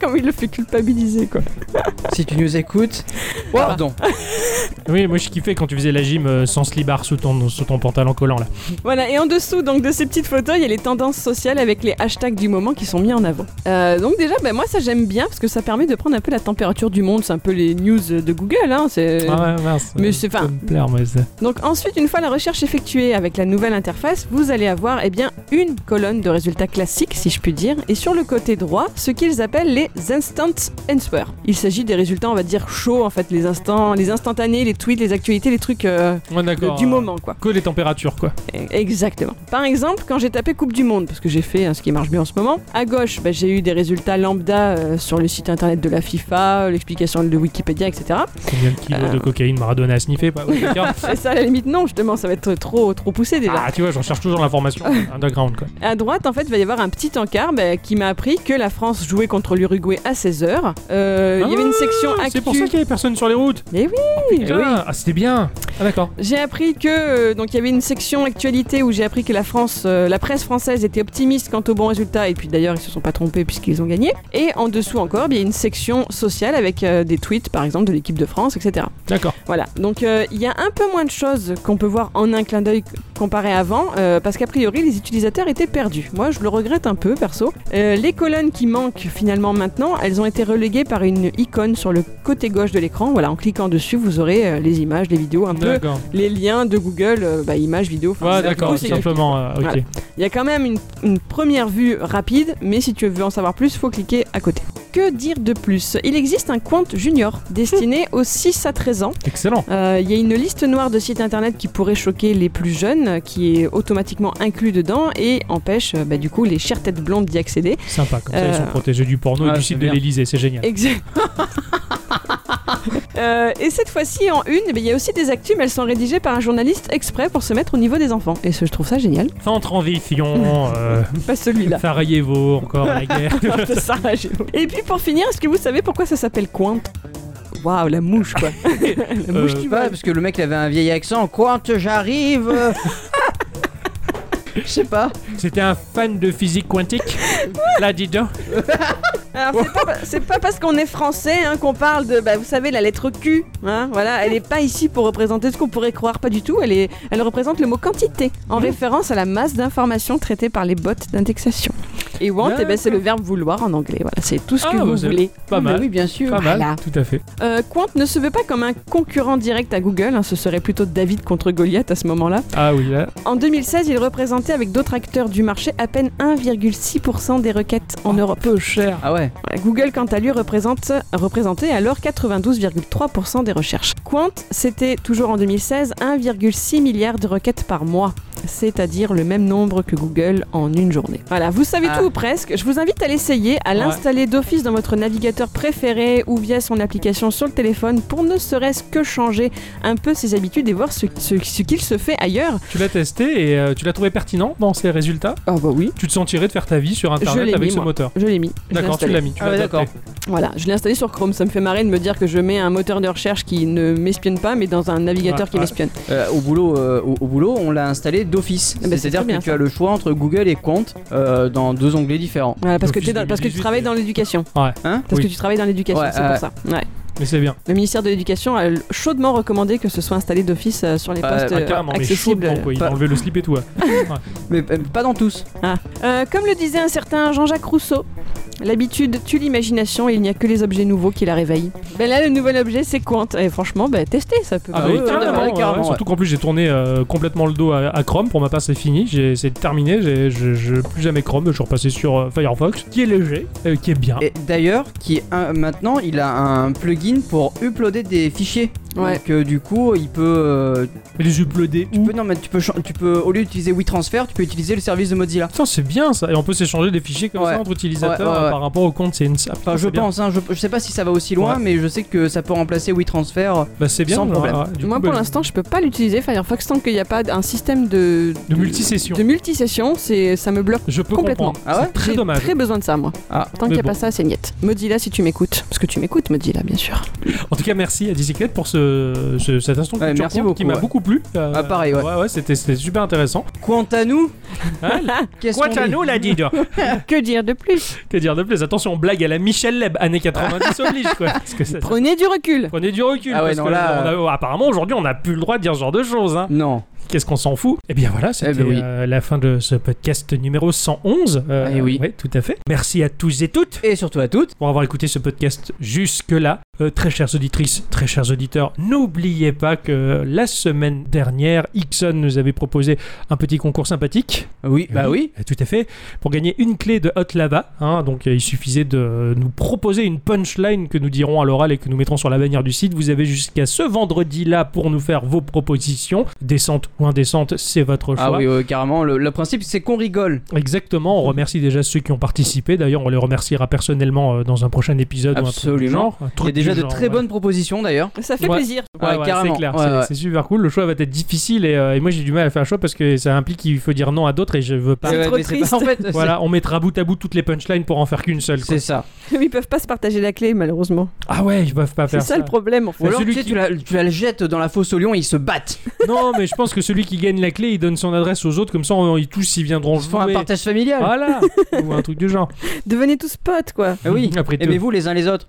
Speaker 2: comme il le fait culpabiliser, quoi.
Speaker 3: Si tu nous écoutes, pardon.
Speaker 1: Oui, moi je kiffais quand tu faisais la gym euh, sans slibard sous ton, sous ton pantalon collant là.
Speaker 2: Voilà, et en dessous donc de ces petites photos, il y a les tendances sociales avec les hashtags du moment qui sont mis en avant. Euh, donc déjà, ben moi ça j'aime bien parce que ça permet de prendre un peu la température du monde, c'est un peu les news de Google, hein, c'est...
Speaker 1: Ah ouais, mince.
Speaker 2: mais c'est-
Speaker 1: Ça
Speaker 2: enfin,
Speaker 1: peut me plaire, moi, ça.
Speaker 2: donc ensuite, une fois la recherche effectuée avec la nouvelle interface, vous allez avoir eh bien, une colonne de résultats classiques, si je puis dire, et sur le côté droit, ce qu'ils appellent les instant answers. Il s'agit des résultats, on va dire, chauds, en fait, les, instants, les instantanés, les tweets, les actualités, les trucs euh,
Speaker 1: Ouais, d'accord.
Speaker 2: du moment, quoi. E-,
Speaker 1: Que les températures quoi.
Speaker 2: Exactement. Par exemple, quand j'ai tapé Coupe du Monde, parce que j'ai fait hein, ce qui marche bien en ce moment, à gauche, bah, j'ai eu des résultats lambda euh, sur le site internet de la FIFA, euh, l'explication de Wikipédia, etc.
Speaker 1: Combien de kilos
Speaker 2: Euh.
Speaker 1: de cocaïne Maradona a sniffé pas ouais, d'accord.
Speaker 2: Et ça, à la limite, non, justement, ça va être trop, trop poussé déjà.
Speaker 1: Ah, tu vois, j'en cherche toujours l'information underground quoi.
Speaker 2: À droite, en fait, il va y avoir un petit encart bah, qui m'a appris que la France jouait contre l'Uruguay à 16h. Euh, il y avait une section
Speaker 1: Ah,
Speaker 2: actu.
Speaker 1: C'est pour ça qu'il y avait personne sur les routes.
Speaker 2: Mais oui,
Speaker 1: Putain, Ah, c'était bien. Ah, d'accord.
Speaker 2: J'ai appris que euh, donc il y avait une section actualité où j'ai appris que la France, euh, la presse française était optimiste quant aux bons résultats et puis d'ailleurs ils se sont pas trompés puisqu'ils ont gagné. Et en dessous encore, il y a une section sociale avec euh, des tweets par exemple de l'équipe de France, etc.
Speaker 1: D'accord.
Speaker 2: Voilà. Donc euh, il y a un peu moins de choses qu'on peut voir en un clin d'œil comparé à avant euh, parce qu'a priori les utilisateurs étaient perdus. Moi je le regrette un peu perso. Euh, les colonnes qui manquent finalement maintenant, elles ont été reléguées par une icône sur le côté gauche de l'écran. Voilà, en cliquant dessus vous aurez euh, les images, les vidéos, un peu
Speaker 1: D'accord.
Speaker 2: les liens de Google, euh, bah, images, vidéos. enfin,
Speaker 1: Ouais,
Speaker 2: c'est-
Speaker 1: d'accord,
Speaker 2: c'est-
Speaker 1: simplement. euh, ok.
Speaker 2: Voilà. Il y a quand même une, une première vue rapide, mais si tu veux en savoir plus, faut cliquer à côté. Que dire de plus Il existe un compte junior destiné aux 6 à 13 ans.
Speaker 1: Excellent.
Speaker 2: Euh, Il y a une liste noire de sites internet qui pourrait choquer les plus jeunes, euh, qui est automatiquement inclus dedans et empêche euh, bah, du coup les chères têtes blondes d'y accéder.
Speaker 1: Sympa, comme ça ils sont
Speaker 2: Euh.
Speaker 1: protégés du porno et
Speaker 3: Ah,
Speaker 1: du
Speaker 3: c'est
Speaker 1: site de
Speaker 3: bien.
Speaker 1: l'Elysée, c'est génial.
Speaker 2: Exact. Euh, et cette fois-ci, en une, eh bien, il y a aussi des actus, mais elles sont rédigées par un journaliste exprès pour se mettre au niveau des enfants. Et ce, je trouve ça génial.
Speaker 1: Fin transition, euh,
Speaker 2: Pas celui-là.
Speaker 1: Sarajevo, encore la guerre.
Speaker 2: de Sarajevo. Et puis pour finir, est-ce que vous savez pourquoi ça s'appelle Quant Waouh, la mouche quoi. la mouche
Speaker 1: Euh,
Speaker 2: qui
Speaker 3: Pas
Speaker 2: vole.
Speaker 3: parce que le mec il avait un vieil accent. Quand j'arrive. euh, Je sais pas.
Speaker 1: C'était un fan de physique quantique. Là, dis donc.
Speaker 2: Alors c'est pas, c'est pas parce qu'on est français hein, qu'on parle de, bah, vous savez, la lettre Q. hein, voilà, elle est pas ici pour représenter ce qu'on pourrait croire, pas du tout. Elle, est, elle représente le mot quantité,
Speaker 1: Mmh.
Speaker 2: en référence à la masse d'informations traitées par les bots d'indexation. Et want, eh ben, c'est le verbe vouloir en anglais. Voilà, c'est tout ce que
Speaker 1: Ah,
Speaker 2: vous
Speaker 1: bah, c'est
Speaker 2: voulez. ben
Speaker 1: Pas
Speaker 3: Mais
Speaker 1: mal.
Speaker 3: oui, bien sûr.
Speaker 1: Pas mal,
Speaker 2: Voilà.
Speaker 1: tout à fait.
Speaker 2: Euh, Quant ne se veut pas comme un concurrent direct à Google. hein, ce serait plutôt David contre Goliath à ce moment-là.
Speaker 1: Ah oui, là.
Speaker 2: En 2016, il représentait avec d'autres acteurs du marché à peine 1,6% des requêtes en Europe.
Speaker 1: Oh. Peu cher.
Speaker 3: Ah ouais.
Speaker 2: Voilà, Google, quant à lui, représente, représentait alors 92,3% des recherches. Quant, c'était toujours en 2016 1,6 milliard de requêtes par mois. c'est-à-dire le même nombre que Google en une journée. Voilà, vous savez
Speaker 3: Ah.
Speaker 2: tout ou presque. Je vous invite à l'essayer, à l'installer d'office dans votre navigateur préféré ou via son application sur le téléphone pour ne serait-ce que changer un peu ses habitudes et voir ce, ce- ce qu'il se fait ailleurs.
Speaker 1: Tu l'as testé et euh, tu l'as trouvé pertinent dans ses résultats
Speaker 2: Ah bah oui.
Speaker 1: Tu te sentirais de faire ta vie sur
Speaker 2: l'ai
Speaker 1: Internet
Speaker 2: mis,
Speaker 1: avec ce
Speaker 2: moi.
Speaker 1: moteur
Speaker 2: Je l'ai mis. Je l'ai
Speaker 1: D'accord, tu
Speaker 2: installé.
Speaker 1: l'as mis, tu
Speaker 3: Ah ouais,
Speaker 1: l'as
Speaker 3: d'accord.
Speaker 1: adapté.
Speaker 2: Voilà, je l'ai installé sur Chrome. Ça me fait marrer de me dire que je mets un moteur de recherche qui ne m'espionne pas, mais dans un navigateur
Speaker 1: Ouais,
Speaker 2: qui
Speaker 1: ouais.
Speaker 2: m'espionne.
Speaker 3: Euh, au, boulot, euh, au, au boulot, on l'a installé d'office.
Speaker 2: Ah bah, c'est
Speaker 3: C'est-à-dire
Speaker 2: très
Speaker 3: que
Speaker 2: bien,
Speaker 3: tu as le choix entre Google et Compte euh, dans deux onglets différents.
Speaker 2: Voilà, parce que,
Speaker 1: L'Office
Speaker 2: t'es dans- parce que tu
Speaker 1: 2018,
Speaker 2: travailles
Speaker 1: mais-
Speaker 2: dans l'éducation.
Speaker 1: Ouais.
Speaker 3: Hein
Speaker 2: Parce
Speaker 1: Oui.
Speaker 2: que tu travailles dans l'éducation,
Speaker 3: Ouais,
Speaker 2: c'est
Speaker 3: ouais.
Speaker 2: pour ça. Ouais.
Speaker 1: Mais c'est bien.
Speaker 2: Le ministère de l'Éducation a chaudement recommandé que ce soit installé d'office euh, sur les
Speaker 3: Bah,
Speaker 2: postes
Speaker 1: Ah,
Speaker 2: euh,
Speaker 1: carrément, mais chaud
Speaker 2: accessibles.
Speaker 1: dedans, quoi. Il a
Speaker 3: pas-
Speaker 1: enlevé le slip et tout. ouais.
Speaker 3: Mais euh, pas dans tous.
Speaker 2: Ah. Euh, comme le disait un certain Jean-Jacques Rousseau, l'habitude tue l'imagination et il n'y a que les objets nouveaux qui la réveillent. Ben là, le nouvel objet, c'est Quant. Et franchement, ben, testez, ça peut.
Speaker 1: Ah,
Speaker 3: Ah
Speaker 1: oui,
Speaker 3: ouais, ouais,
Speaker 1: carrément,
Speaker 3: ouais,
Speaker 1: ouais,
Speaker 3: carrément,
Speaker 1: ouais. Surtout qu'en plus, j'ai tourné euh, complètement le dos à, à Chrome. Pour ma part, c'est fini. J'ai- C'est terminé. J'ai je- je- plus jamais Chrome. Je suis repassé sur euh, Firefox, qui est léger, euh, qui est bien.
Speaker 3: Et d'ailleurs, qui un- maintenant, il a un plugin pour uploader des fichiers.
Speaker 2: Ouais.
Speaker 3: Donc euh, du coup, il peut, euh,
Speaker 1: Mais les uploader
Speaker 3: tu
Speaker 1: où
Speaker 3: peux, non, mais tu peux, chan- tu peux, au lieu d'utiliser WeTransfer, tu peux utiliser le service de Mozilla.
Speaker 1: Putain, c'est bien ça. Et on peut s'échanger des fichiers comme
Speaker 3: Ouais.
Speaker 1: ça entre utilisateurs
Speaker 3: Ouais, ouais, ouais.
Speaker 1: euh, par rapport au compte. C'est une. Ah, putain,
Speaker 3: Enfin, je
Speaker 1: c'est bien.
Speaker 3: pense, hein, je, je sais pas si ça va aussi loin,
Speaker 1: Ouais.
Speaker 3: mais je sais que ça peut remplacer WeTransfer.
Speaker 1: Bah, c'est bien.
Speaker 3: Sans
Speaker 1: ouais,
Speaker 3: problème.
Speaker 1: ouais. Du
Speaker 2: Moi,
Speaker 1: coup,
Speaker 2: pour
Speaker 1: bah,
Speaker 2: l'instant, je peux pas l'utiliser Firefox tant qu'il n'y a pas un système de
Speaker 1: De multisession.
Speaker 2: De multisession, c'est ça me bloque.
Speaker 1: Je peux
Speaker 2: Complètement.
Speaker 1: comprendre.
Speaker 3: Ah ouais
Speaker 1: C'est très
Speaker 2: J'ai
Speaker 1: dommage.
Speaker 2: Très besoin de ça, moi.
Speaker 3: Ah,
Speaker 2: tant qu'il
Speaker 1: mais
Speaker 2: n'y a
Speaker 1: bon.
Speaker 2: pas ça, c'est niette. Mozilla, si tu m'écoutes, parce que tu m'écoutes, Mozilla, bien sûr.
Speaker 1: En tout cas, merci à Dicyclette pour ce, ce- cet instant
Speaker 3: Ouais,
Speaker 1: culture
Speaker 3: merci
Speaker 1: courte
Speaker 3: beaucoup,
Speaker 1: qui m'a
Speaker 3: ouais.
Speaker 1: beaucoup plu. Euh,
Speaker 3: Ah, pareil, ouais.
Speaker 1: Ouais, ouais, c'était c'était super intéressant.
Speaker 3: Quant à nous,
Speaker 1: Hein
Speaker 3: qu'est-ce
Speaker 1: Quoi
Speaker 3: qu'on
Speaker 1: à
Speaker 3: dit
Speaker 1: nous, la dit
Speaker 2: que dire de plus
Speaker 1: Que dire de plus Attention, blague à la Michel Leb, années 90 oblige, quoi. Parce que ça-
Speaker 2: Prenez du recul.
Speaker 1: Prenez du recul.
Speaker 3: Ah ouais,
Speaker 1: parce
Speaker 3: non,
Speaker 1: que
Speaker 3: là,
Speaker 1: on a- euh, apparemment, aujourd'hui, on n'a plus le droit de dire ce genre de choses. hein.
Speaker 3: Non.
Speaker 1: Qu'est-ce qu'on s'en fout Eh bien voilà, c'était
Speaker 3: Eh ben oui.
Speaker 1: euh, la fin de ce podcast numéro 111. Euh,
Speaker 3: Eh oui.
Speaker 1: ouais, tout à fait. Merci à tous et toutes
Speaker 3: Et surtout à toutes.
Speaker 1: pour avoir écouté ce podcast jusque-là. Euh, très chères auditrices, très chers auditeurs, n'oubliez pas que la semaine dernière, Ixon nous avait proposé un petit concours sympathique.
Speaker 3: Oui, bah oui.
Speaker 1: Euh, Tout à fait. Pour gagner une clé de Hot Lava. hein. donc euh, il suffisait de nous proposer une punchline que nous dirons à l'oral et que nous mettrons sur la bannière du site. Vous avez jusqu'à ce vendredi-là pour nous faire vos propositions. Décente ou indécente, c'est votre choix.
Speaker 3: Ah oui, ouais, carrément. Le, le principe, c'est qu'on rigole.
Speaker 1: Exactement, on remercie déjà ceux qui ont participé. D'ailleurs, on les remerciera personnellement euh, dans un prochain épisode
Speaker 3: Absolument.
Speaker 1: ou un truc du genre. Un
Speaker 3: Il y
Speaker 1: truc
Speaker 3: a
Speaker 1: du
Speaker 3: déjà de
Speaker 1: genre,
Speaker 3: très
Speaker 1: ouais.
Speaker 3: bonnes propositions d'ailleurs.
Speaker 2: Ça fait
Speaker 1: Ouais.
Speaker 2: plaisir.
Speaker 1: Ouais,
Speaker 3: Ouais,
Speaker 1: ouais,
Speaker 3: carrément.
Speaker 1: c'est clair,
Speaker 3: Ouais,
Speaker 1: c'est,
Speaker 3: ouais.
Speaker 1: c'est super cool. Le choix va être difficile et, euh, et moi j'ai du mal à faire un choix parce que ça implique qu'il faut dire non à d'autres et je veux pas.
Speaker 2: C'est
Speaker 3: Ouais,
Speaker 2: trop
Speaker 3: mais pas-
Speaker 2: triste.
Speaker 3: en fait, c'est-
Speaker 1: Voilà, on mettra bout à bout toutes les punchlines pour en faire qu'une seule. quoi.
Speaker 3: c'est ça.
Speaker 2: Ils peuvent pas se partager la clé, malheureusement.
Speaker 1: Ah ouais, ils peuvent pas
Speaker 2: C'est
Speaker 1: faire
Speaker 2: ça le problème, en fait.
Speaker 3: Ou alors,
Speaker 1: celui
Speaker 3: tu sais,
Speaker 1: qui-
Speaker 3: tu, la, tu la le jettes dans la fosse au lion et ils se battent.
Speaker 1: non, mais je pense que celui qui gagne la clé, il donne son adresse aux autres, comme ça on- ils tous ils viendront
Speaker 3: Ils se font un
Speaker 1: jouer.
Speaker 3: partage familial.
Speaker 1: Voilà, ou un truc du genre.
Speaker 2: Devenez tous potes, quoi.
Speaker 3: Ah oui.
Speaker 1: Après tout.
Speaker 3: Aimez-vous les uns les autres.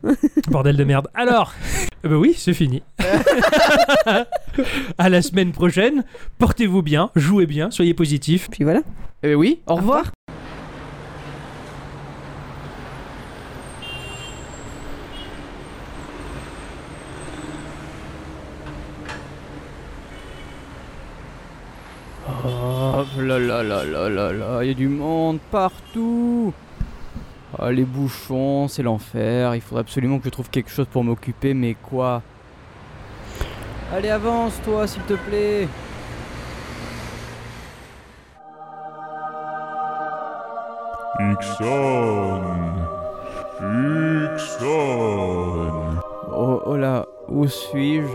Speaker 1: Bordel de merde. Alors, euh, bah oui, c'est fini. à la semaine prochaine. Portez-vous bien, jouez bien, soyez positifs.
Speaker 2: Puis voilà.
Speaker 3: Eh oui. Au revoir. Oh là là là là là là, il y a du monde partout. Ah, les bouchons, c'est l'enfer. Il faudrait absolument que je trouve quelque chose pour m'occuper, mais quoi Allez, avance toi, s'il te plaît.
Speaker 6: Ixon. Ixon.
Speaker 3: Oh, oh là, où suis-je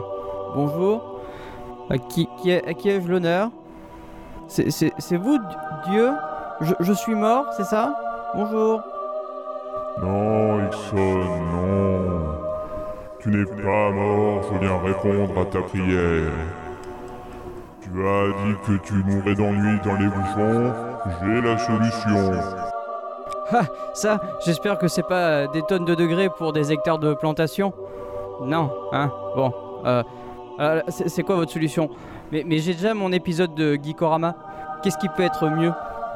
Speaker 3: Bonjour. À qui, qui, ai- à qui ai-je l'honneur C'est- C'est c'est vous, Di- Dieu je, je suis mort, c'est ça Bonjour.
Speaker 6: Non, Ixon, non. Tu n'es pas mort, je viens répondre à ta prière. Tu as dit que tu mourrais d'ennui dans les bouchons. J'ai la solution.
Speaker 3: Ça, j'espère que c'est pas euh, des tonnes de degrés pour des hectares de plantation. Non, hein Bon. Euh, euh, c'est c'est quoi votre solution Mais, mais j'ai déjà mon épisode de Geekorama. Qu'est-ce qui peut être mieux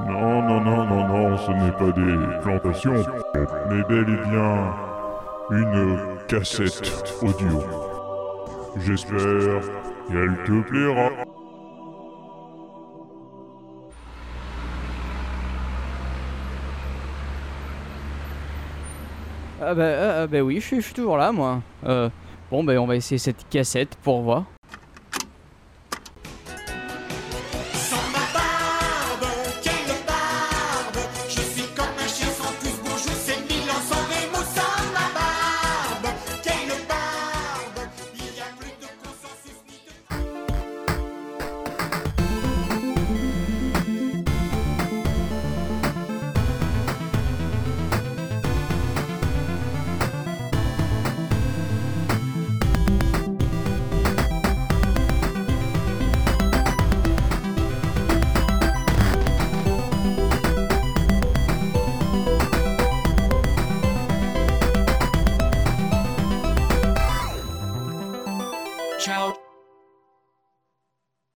Speaker 6: Non, non, non, non, non, ce n'est pas des plantations, mais bel et bien une cassette audio. J'espère qu'elle te plaira.
Speaker 3: ben, Ah bah, ah bah oui, je suis je suis toujours là, moi. Euh, bon, bah on va essayer cette cassette pour voir.